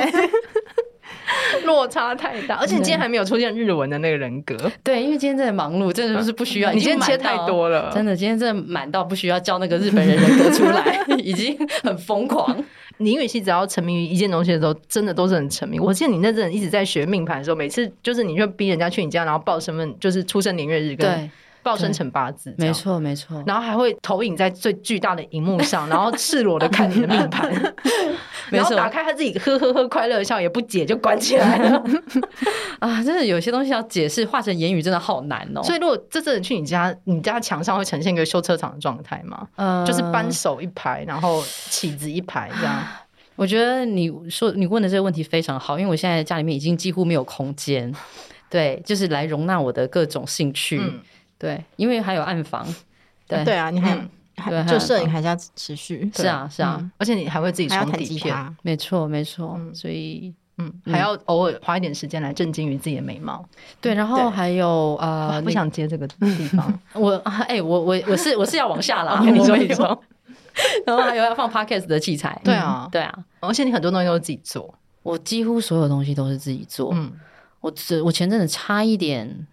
F: 落差太大，而且你今天还没有出现日文的那个人格，
E: 对，因为今天真的忙碌，真的是不需要。
F: 你
E: 已经
F: 今天切
E: 满到
F: 太多了
E: 真的，今天真的满到不需要叫那个日本人人格出 来，已经很疯狂。
F: 你与其只要沉迷于一件东西的时候，真的都是很沉迷。我记得你那阵一直在学命盘的时候，每次就是你就逼人家去你家，然后报身份，就是出生年月日跟
E: 对
F: 报生辰八字，
E: 没。错，没错。
F: 然后还会投影在最巨大的荧幕上，然后赤裸的看你的命盘，
E: 没
F: 然后
E: 错
F: 打开他自己呵呵呵快乐的笑，也不解就关起来了。
E: 啊，真的有些东西要解释，化成言语真的好难哦。
F: 所
E: 以，
F: 以如果这阵子去你家，你家墙上会呈现一个修车厂的状态吗？
E: 呃
F: 就是扳手一排，然后起子一排这样。
E: 我觉得你说你问的这个问题非常好，因为我现在家里面已经几乎没有空 间，对，就是来容纳我的各种兴趣，
F: 嗯
E: 对，因为还有暗房，对，
D: 对啊，你还
F: 嗯
D: 还
E: 对
D: 就摄影还是要持续，
E: 是啊，是啊，
F: 而且你还会自己
D: 还要
F: 重
D: 弹
F: 底
D: 吉
F: 片，
D: 他，
E: 没错，没错，
F: 嗯
E: 所以
F: 嗯，还要偶尔花一点时间来震惊于自己的美貌。
E: 对，然后还有啊，
F: 啊，
E: 那
F: 不想接这个地方，
E: 我啊哎、我我我是我是要往下 啦，
F: 啊你说
E: 我没有
F: 你说，
E: 然后还有要放 podcast 的器材，
F: 对啊
E: 嗯对啊，
F: 而且你很多东西都是自己做。
E: 我几乎所有东西都是自己做，
F: 嗯，
E: 我只我前阵子差一点，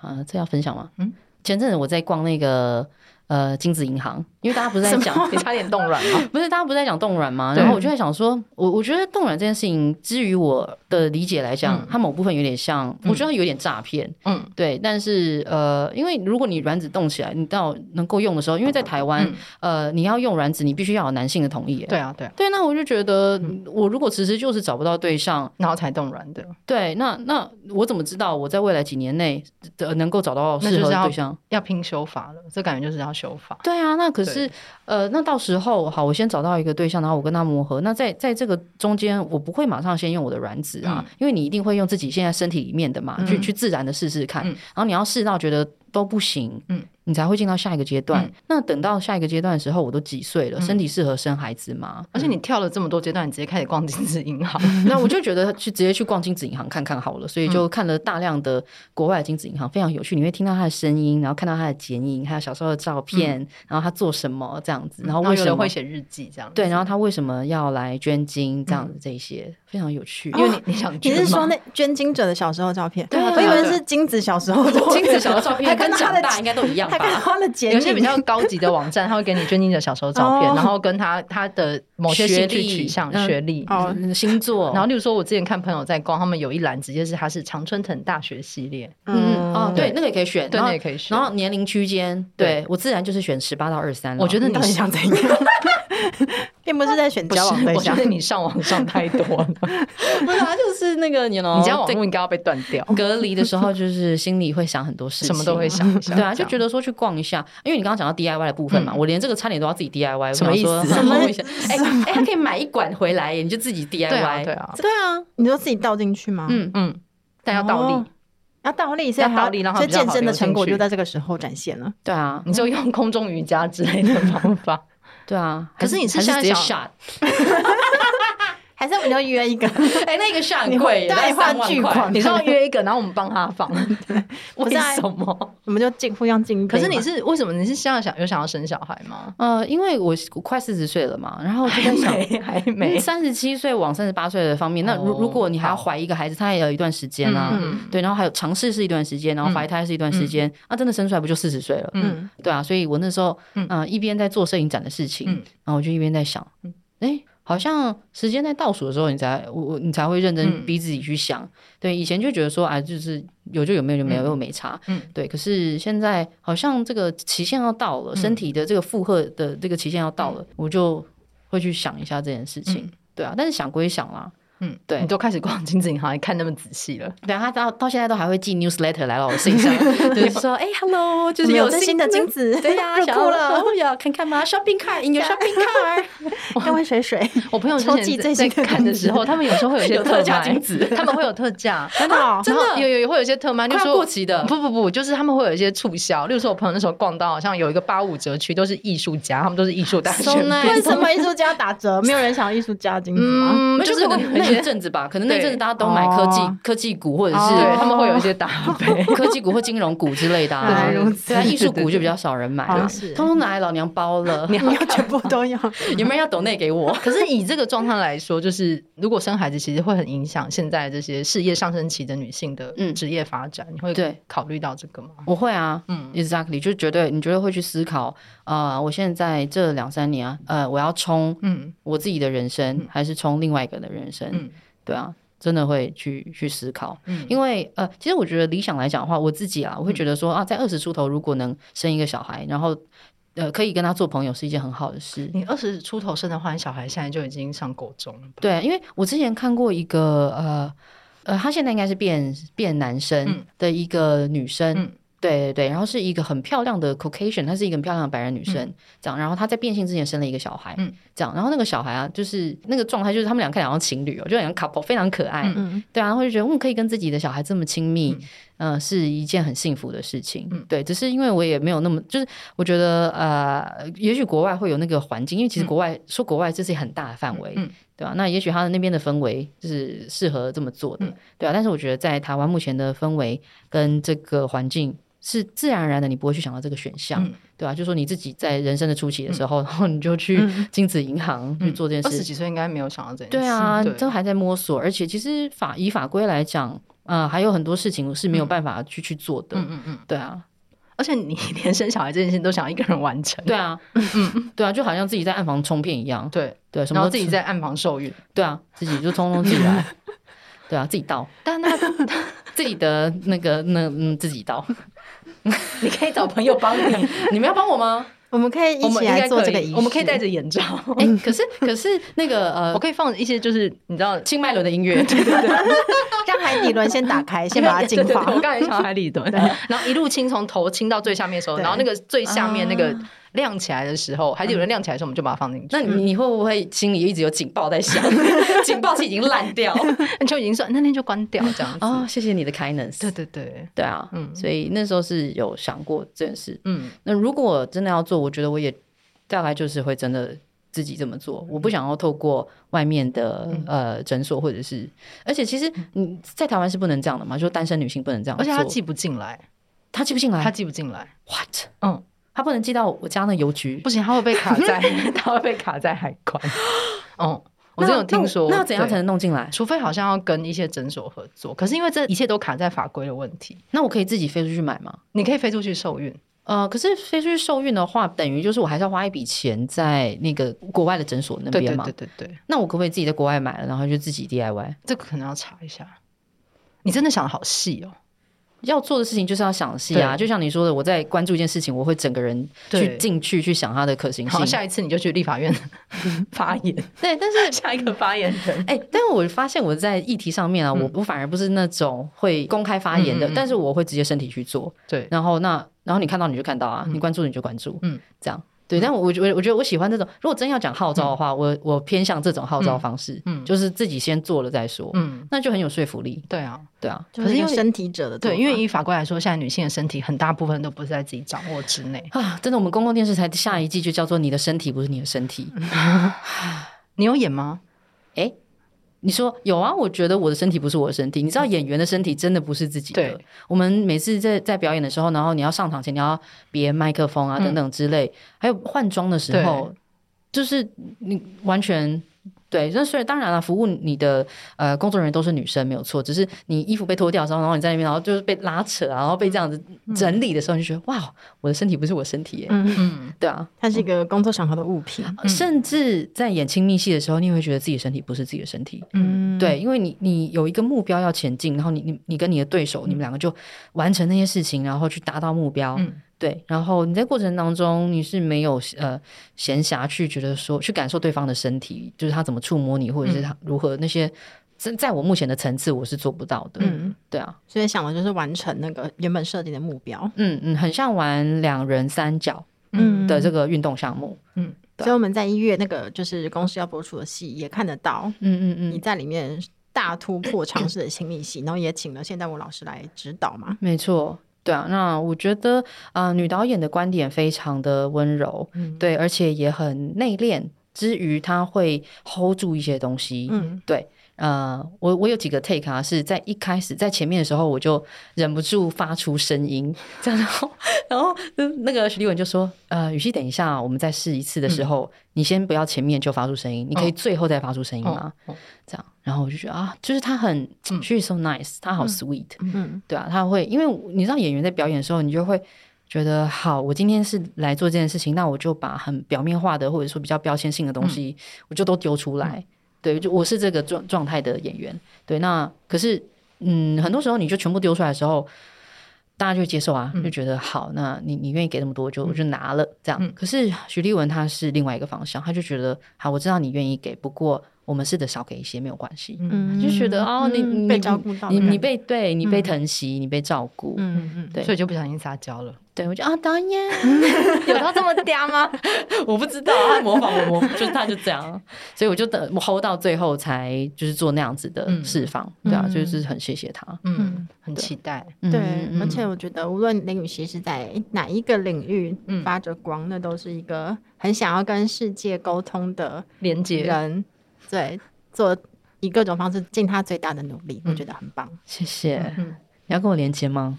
E: 啊，这要分享吗？
F: 嗯，
E: 前阵子我在逛那个呃金子银行，因为大家不是在讲，
F: 你差点冻卵 了。
E: 不是大家不是在讲冻卵吗？
F: 对
E: 然后我就在想说，我我觉得冻卵这件事情，至于我的理解来讲，
F: 嗯
E: 它某部分有点像，我觉得它有点诈骗。
F: 嗯，
E: 对，但是呃，因为如果你卵子冻起来，你到能够用的时候，因为在台湾，
F: 嗯
E: 呃，你要用卵子，你必须要有男性的同意耶。
F: 对啊，对啊，
E: 对，那我就觉得，
F: 嗯
E: 我如果迟迟就是找不到对象，
F: 然后才冻卵的，
E: 对，那那我怎么知道我在未来几年内的能够找到
F: 那
E: 适
F: 就
E: 合
F: 是
E: 的
F: 要
E: 对象？
F: 要拼修法了。这感觉就是要修法。
E: 对啊，那可是呃，那到时候好，我先找到一个对象，然后我跟他磨合。那在在这个中间，我不会马上先用我的卵子啊，
F: 嗯
E: 因为你一定会用自己现在身体里面的嘛，去去自然的试试看。
F: 嗯
E: 然后你要试到觉得都不行，
F: 嗯
E: 你才会进到下一个阶段。
F: 嗯
E: 那等到下一个阶段的时候，我都几岁了，
F: 嗯
E: 身体适合生孩子吗？
F: 而且你跳了这么多阶段，你直接开始逛金子银行，
E: 那我就觉得去直接去逛金子银行看看好了，所以
F: 嗯
E: 就看了大量的国外的金子银行，非常有趣。你会听到他的声音，然后看到他的剪影，还有小时候的照片，然后他做什么这样子，然后为
F: 嗯有
E: 什
F: 人
E: 么
F: 会写日记这样子。
E: 对，然后他为什么要来捐精这样子，这一些非常有趣。哦因
F: 嗯因
E: 为
F: 为 你你想
D: 你
F: 捐
D: 是说
F: 吗
D: 那捐精者的小时候照片？
E: 对啊
D: 我以
E: 对啊
D: 为
E: 对
D: 是精子小时候的照片。
E: 金子小的照
D: 他
E: 片
D: 看
E: 跟
D: 到他
E: 长
D: 的
E: 大应该都一样
D: 他看到
E: 吧？
D: 他的剪影，
F: 有些比较高级的网站，他会给你捐精者小时候照 片，
D: 哦
F: 然后跟他他的某些
E: 学
F: 兴趣
E: 历
F: 取向、
E: 嗯
F: 学历。
D: 哦
E: 嗯星座，
F: 然后，例如说，我之前看朋友在逛，他们有一栏直接是他是常春藤大学系列，
E: 嗯哦对，那个也可以选，
F: 对
E: 然后
F: 那也可以选
E: 然后年龄区间，
F: 对
E: 对我自然就是选十八到二三。
F: 我觉 得
D: 你
F: 你
D: 到底想怎样？并不是在选
F: 不是
D: 交 往对
F: 我觉
D: 象
F: 得，你上网上太多 了，
E: 不是啊，就是那个你 know，
F: 你家网
E: 哦这
F: 络应该要被断掉，
E: 隔离的时候，就是心里会想很多事情，
F: 什么都会。想一下。
E: 对啊，
F: 这
E: 就
F: 样
E: 觉得说去逛一下，因为你刚刚讲到 DIY 的部分嘛，
F: 嗯
E: 我连这个餐点都要自己 DIY，我
F: 什
E: 想
F: 么
E: 说
F: 意思
E: 逛一下哎哎，还可以买一管回来耶，你就自己 DIY。
F: 对啊，对啊，
E: 对啊，
D: 你说自己倒进去吗？
E: 嗯
F: 嗯，但要倒
D: 哦
F: 立，
D: 要倒立，所以
F: 要
D: 还
F: 倒立让它
D: 所以
F: 比较好
D: 健身的
F: 流进
D: 成果
F: 去
D: 就在这个时候展现了。
E: 对啊，
F: 你就用空中瑜伽之类的方法。
E: 对啊。
F: 可是你是
E: 还是
F: 现在
E: 直接
F: 想
E: shot，
D: 还是我们就约一个，
E: 哎，那个 shot 很
D: 你
E: 贵耶，
D: 大
E: 大概
D: 花
E: 三万
D: 巨
E: 块
D: 款。
F: 你说要约一个，然后我们帮他 放，为
D: 是啊
F: 什么？
D: 我们就进互相敬
F: 可
D: 杯嘛。
F: 是你是为什么？你是现在想有想要生小孩吗？
E: 呃，因为我我快四十岁了嘛，然后就在想。嗯
F: 没，还没。
E: 三十七岁往三十八岁的方面，那如
F: 哦
E: 如果你还要
F: 好
E: 怀一个孩子，他也有一段时间啊，
F: 嗯
E: 对，然后还有尝试是一段时间，然后怀胎是一段时间，啊，真的生出来不就四十岁了？
F: 嗯，
E: 对啊，所以我那时候
F: 嗯
E: 嗯、呃一边在做摄影展的事情，
F: 嗯
E: 然后我就一边在想，哎、好像时间在倒数的时候，你才我我你才会认真
F: 嗯
E: 逼自己去想。对，以前就觉得说啊，就是有就有，没有就没有，
F: 嗯
E: 又没差。
F: 嗯
E: 对。可是现在好像这个期限要到了，
F: 嗯
E: 身体的这个负荷的这个期限要到了，我就会去想一下这件事情。
F: 嗯
E: 对啊，但是想归想啦，
F: 嗯，
E: 对
F: 你都开始逛金子银行，还看那么仔细了，
E: 对啊，他到到现在都还会寄 newsletter 来到我 信箱，就是说，哎、h e l l o 就是有
F: 金子，
E: 对呀、
F: 入
E: 想要
F: 库
E: 哦
F: 了，，
E: 要看看吗？Shopping cart，in your shopping cart，
D: 要温水水，
F: 我朋友之
D: 秋季
F: 前在
D: 最新
F: 在
D: 的
F: 看的时候，他们有时候会有一些
E: 有特价
F: 卖
E: 金子
F: 他们会有特 价，
D: 真的哦，
E: 真
F: 然
E: 的
F: 后有有有会有一些特卖，就
E: 快要
F: 说
E: 过期的
F: 不不不，就是他们会有一些促销，例如说我朋友那时候逛到好像有一个八五折区，都是艺术家，他们都是艺术大学
E: So
F: 毕业
E: nice
D: 为什么艺术家打 折？没有人想要艺术家金子吗？
F: 嗯，
E: 没有
F: 就是可
E: 可
F: 能
E: 能
F: 有
E: 那
F: 一
E: 一
F: 些
E: 阵子吧，可能那一阵子大家都买
D: 对
E: 科技、
D: 哦
E: 科技股或者
F: 对
D: 哦
E: 是。
F: 他们会有一些搭配
E: 科技股或金融股之类 的、啊，
D: 原来如此
E: 对啊，艺术股就比较少人买
D: 对
E: 了
D: 对
F: 对，
E: 通通拿来老娘包了，
D: 哦 你要全部都要，
E: 有没有要抖内 给我？
F: 可是以这个状态来说，就是如果生孩子，其实会很影响现在这些事业上升期的女性的
E: 嗯
F: 职业发展。你会
E: 对
F: 考虑到这个吗？
E: 我会啊，
F: 嗯
E: Exactly，就绝对你绝对会去思考啊、呃我现在这两三年啊，呃，我要冲
F: 嗯
E: 我自己的人生，
F: 嗯
E: 还是冲另外一个的人生？
F: 嗯
E: 对啊，真的会去去思考，
F: 嗯
E: 因为呃，其实我觉得理想来讲的话，我自己啊，我会觉得说、啊，在二十出头如果能生一个小孩，然后呃，可以跟他做朋友是一件很好的事。
F: 你二十出头生的话，你小孩现在就已经上国中了吧？
E: 对啊，因为我之前看过一个呃呃，他现在应该是变变男生
F: 嗯
E: 的一个女生，
F: 嗯
E: 对对对，然后是一个很漂亮的 Caucasian，她是一个很漂亮的白人女生，这样，然后她在变性之前生了一个小孩，
F: 嗯
E: 这样，然后那个小孩啊，就是那个状态，就是他们俩看起来好像情侣哦，就很像 couple，非常可爱，
F: 嗯
D: 嗯，
E: 对啊，然后就觉得嗯，可以跟自己的小孩这么亲密，嗯、是一件很幸福的事情。
F: 嗯
E: 对，只是因为我也没有那么，就是我觉得呃，也许国外会有那个环境，因为其实
F: 嗯
E: 国外、说国外这是很大的范围，
F: 嗯嗯
E: 对吧、那也许他的那边的氛围就是适合这么做的，
F: 嗯
E: 对啊。但是我觉得在台湾目前的氛围跟这个环境。是自然而然的，你不会去想到这个选项，
F: 嗯
E: 对吧、就说你自己在人生的初期的时候，然后你就去
D: 嗯
E: 精子银行去做这件事
F: 嗯二
E: 情。
F: 十几岁应该没有想到这件事。
E: 对啊，
F: 对
E: 都还在摸索，而且其实法以法规来讲，呃，还有很多事情是没有
F: 嗯
E: 办法去、去做的。
F: 嗯嗯嗯，
E: 对啊，
F: 而且你 连生小孩这件事都想要一个人完成。
E: 对啊， 对啊，就好像自己在暗房冲片一样，
F: 嗯对，
E: 对，什
F: 然
E: 么
F: 后
E: 都
F: 自己
E: 吃
F: 在暗房受孕，
E: 对啊，自己就通通自己 来，对啊，自己倒，但那 自己的那个那嗯自己倒，
F: 你可以找朋友帮 你，
E: 你们要帮我吗？
D: 我们可以
F: 我
D: 一
F: 们
D: 起
F: 应
D: 来
F: 该
D: 做
F: 可
D: 这个仪
F: 以，
D: 式，
F: 我们可以戴着 眼罩，
E: 哎、可是可是那个
F: 我
E: 呃，
F: 可以放一些就是你知道
E: 清迈伦的音乐，
D: 让海底轮先打开，先把它净
F: 对对
D: 化
F: 对。我刚才 想海里蹲，然后一路清从头清到最下面的时候，
D: 对
F: 然后那个最下面那个亮起来的时候，海底轮亮起来的时候，我们就把它放进去。
E: 那你你会不会心里一直有警报在 响？警报器已经烂掉。
F: 那就已经算那天就关掉这样
E: 哦，
F: 子。
E: 谢谢你的 kindness。
F: 对对对，
E: 对啊，
F: 嗯
E: 所以那时候是有想过这件事。
F: 嗯
E: 那如果真的要做，我觉得我也大概就是会真的自己这么做。
F: 嗯
E: 我不想要透过外面的、呃诊所或者是，而且其实你在台湾是不能这样的嘛，就单身女性不能这样做，
F: 嗯而且他寄不进来，
E: 她寄不进来，
F: 他寄不进来，
E: what？
F: 嗯，
E: 她不能寄到我家那邮局
F: 不。行，他会被 卡在，他会被卡在海关。嗯，我
E: 那
F: 真的有听说，
E: 那那怎样
F: 对
E: 才能弄进来？
F: 除非好像要跟一些诊所合作，可是因为这一切都卡在法规的问题，
E: 那我可以自己飞出去买吗？
F: 你可以飞出去受孕，
E: 呃，可是飞出去受孕的话，等于就是我还是要花一笔钱在那个国外的诊所那
F: 对
E: 边
F: 对
E: 嘛
F: 对。对对，
E: 那我可不可以自己在国外买了，然后就自己 DIY？
F: 这个可能要查一下。你真的想的好细哦，
E: 要做的事情就是要想细啊，
F: 对
E: 就像你说的，我在关注一件事情，我会整个人去
F: 对
E: 进去去想它的可行
F: 好，
E: 性。
F: 下一次你就去立法院 发言，
E: 对，但是
F: 下一个发言人。嗯
E: 哎、但是我发现我在议题上面啊，我我反而不是那种会公开发言的，
F: 嗯嗯嗯
E: 但是我会直接身体去做。
F: 对，
E: 然后那然后你看到你就看到啊，你关注你就关注，嗯
F: 嗯，
E: 这样。对，但我我觉得我觉得我喜欢这种，如果真要讲号召的话，我我偏向这种号召方式，嗯，
F: 嗯
E: 就是自己先做了再说，
F: 嗯，
E: 那就很有说服力，
F: 对啊，
E: 对啊，
D: 就
F: 可是
D: 一
F: 因
D: 个
F: 为
D: 身体者的做
F: 对，
D: 法
F: 因为以法规来说，现在女性的身体很大部分都不是在自己掌握之内。
E: 啊，真的，我们公共电视台下一季就叫做“你的身体不是你的身体”，
F: 你有演吗？
E: 你说有啊？我觉得我的身体不是我的身体，你知道演员的身体真的不是自己的
F: 对。
E: 我们每次在在表演的时候，然后你要上场前你要别麦克风啊等等之类，还有换装的时候，就是你完全对，那所以当然了，服务你的呃工作人员都是女生，没有错。只是你衣服被脱掉之后，然后你在那边，然后就是被拉扯啊，然后被这样子整理的时候，你就觉得哇，我的身体不是我身体耶，
D: 嗯，
F: 嗯，
E: 对啊。
D: 它是一个工作场合的物品，
E: 甚至在演亲密戏的时候，你也会觉得自己身体不是自己的身体，
D: 嗯，
E: 对，因为你你有一个目标要前进，然后你你你跟你的对手，你们两个就完成那些事情，然后去达到目标。
F: 嗯
E: 对，然后你在过程当中你是没有呃闲暇去觉得说去感受对方的身体，就是他怎么触摸你，或者是他如何那些，在在我目前的层次我是做不到的。
D: 嗯，
E: 对啊，
D: 所以想的就是完成那个原本设定的目标，
E: 嗯嗯，很像玩两人三角
D: 嗯
E: 的这个运动项目。
D: 所以我们在一月那个就是公司要播出的戏也看得到
E: 嗯嗯
D: 你
E: 嗯，
D: 在里面大突破尝试的亲密戏，然后也请了现代舞老师来指导嘛。
E: 没错。对啊，那我觉得啊、呃女导演的观点非常的温柔，
D: 嗯，，
E: 对，而且也很内敛。之余，他会 hold 住一些东西。
D: 嗯
E: 呃，我我有几个 take 啊，是在一开始在前面的时候，我就忍不住发出声音，这样，然后 然后嗯那个徐立文就说：“呃，雨熙，等一下，我们再试一次的时
D: 嗯
E: 候，你先不要前面就发出声音，
D: 哦
E: 你可以最后再发出声音吗？”这样，然后我就觉得啊，就是他很、
F: 嗯
E: s h e is so nice，他好 sweet，、
D: 嗯
E: 对啊，他会，因为你知道演员在表演的时候，你就会觉得，好，我今天是来做这件事情，那我就把很表面化的或者说比较标签性的东西，我就都丢出来。对，就我是这个状状态的演员。对，那可是，嗯，很多时候你就全部丢出来的时候，大家就接受啊，就觉得好，那你你愿意给这么多，我就我就拿了这样。可是徐立文他是另外一个方向，他就觉得，好，我知道你愿意给，不过我们试着少给一些没有关系。
D: 嗯
E: 就觉得哦，你
D: 嗯
E: 你
D: 被照顾到的
E: 你
D: 感
E: 你
D: 觉
E: 被对你被
D: 嗯
E: 疼惜，你被照顾，
D: 嗯
F: 嗯
E: 对
F: 嗯，所以就不小心撒娇了。
E: 对我就啊，导演，
G: 有到这么嗲吗？
E: 我不知道他模仿我模，就是他就这样， 所以我就等我 hold 到最后才就是做那样子的
F: 嗯
E: 释放，对啊，
D: 嗯
E: 就是很谢谢他，
F: 嗯，很
E: 对
F: 期待。
D: 对，
E: 嗯
D: 而且我觉得无论林雨熙是在哪一个领域
F: 嗯
D: 发着光，那都是一个很想要跟世界沟通的
F: 连接，
D: 人，对，做以各种方式尽他最大的努力，我觉得很棒。
E: 谢谢
F: 嗯，
E: 你要跟我连接吗？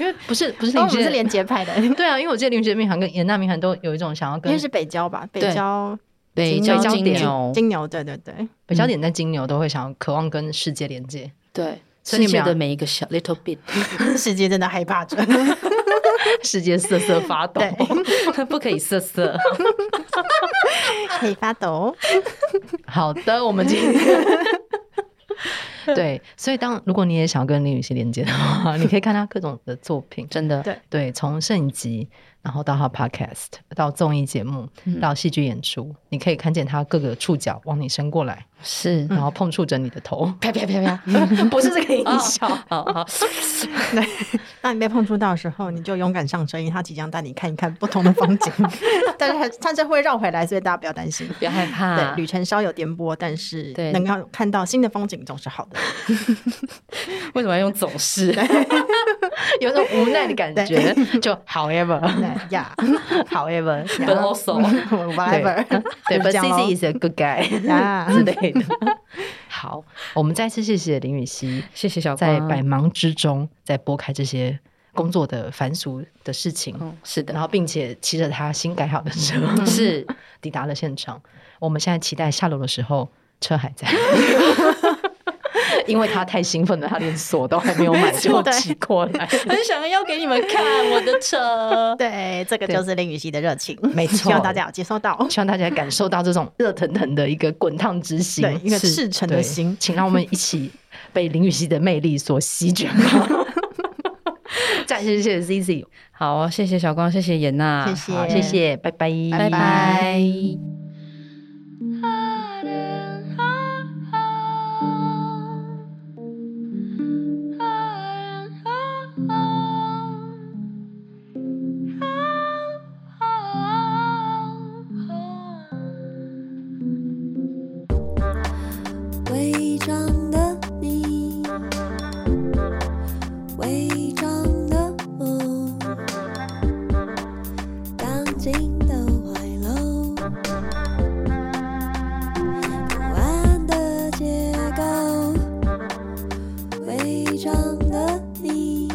F: 因为 不是不是
D: 哦，
F: 林
D: 我们
F: 学
D: 是连结派的，因
F: 对啊，因为我记得林学明涵跟严娜明涵都有一种想要跟
D: 为是北交吧，北
E: 对
D: 交
E: 北交
F: 交
E: 金
F: 点
E: 牛，
D: 金牛，对对对，
F: 北焦
D: 嗯
F: 点在金牛都会想要渴望跟世界连接，
E: 对。
F: 所
E: 世
F: 以你们
E: 界
F: 俩
E: 的每一个小 little bit，
D: 世界真的害怕着。
F: 世界瑟瑟发抖。
E: 不可以色色。
D: 可以发抖。哦
F: 好的，我们今 天 对，所以当如果你也想要跟林雨熙连接的话， 你可以看她各种的作品，
E: 真的，
D: 对
F: 对，从摄影集，然后到她 podcast，到综艺节目，到戏剧演出，你可以看见她各个触角往你伸过来，
E: 是嗯
F: 然后碰触着你的头。
E: 啪啪啪啪， 哦
F: 不是这个音效，
E: 好好，
D: 当你被碰触到的时候，你就勇敢上车，因为他即将带你看一看不同的风 景。 但是还，但是会绕回来，所以大家不要担心。
E: 不要害怕
F: 啊
D: 对，，旅程稍有颠簸，但是
E: 对
D: 能够看到新的风景总是好的。
E: 为什么要用总是？
F: 有种无奈的感觉。就 however，however，
D: 对 呀
E: But also，
D: ，whatever，
F: 对
D: 就是这
F: ，But
D: 样咯
F: CC is a good guy
D: 呀
F: 之类的。好，我们再次谢谢林雨熙，
E: 谢谢小
F: 在
E: 光
F: 百忙之中，在拨开这些工作的繁俗的事情，
E: 嗯，是
F: 然
E: 的，嗯
F: 后并且骑着他新改好的车，
E: 是
F: 抵达了现场。我们现在期待下楼的时候，车还在。因为他太兴奋了，他连锁都还没有买就骑过来，
E: 很想要给你们看我的车。
D: 对，这个
F: 对
D: 就是林雨熙的热情，
F: 没错
D: 希望大家有接收到。
F: 希望大家感受到这种热腾腾的一个滚烫之心，
D: 对一个
F: 是
D: 赤诚的
F: 对
D: 心
F: 请让我们一起被林雨熙的魅力所席卷 吧。再次谢谢 C C，
E: 好，谢谢小光，谢谢严娜，
D: 谢谢
F: 啊好，谢谢，拜拜，
E: 拜拜。
C: 伪装的你，伪装的我，钢筋的怀楼，不安的结构，伪装的你。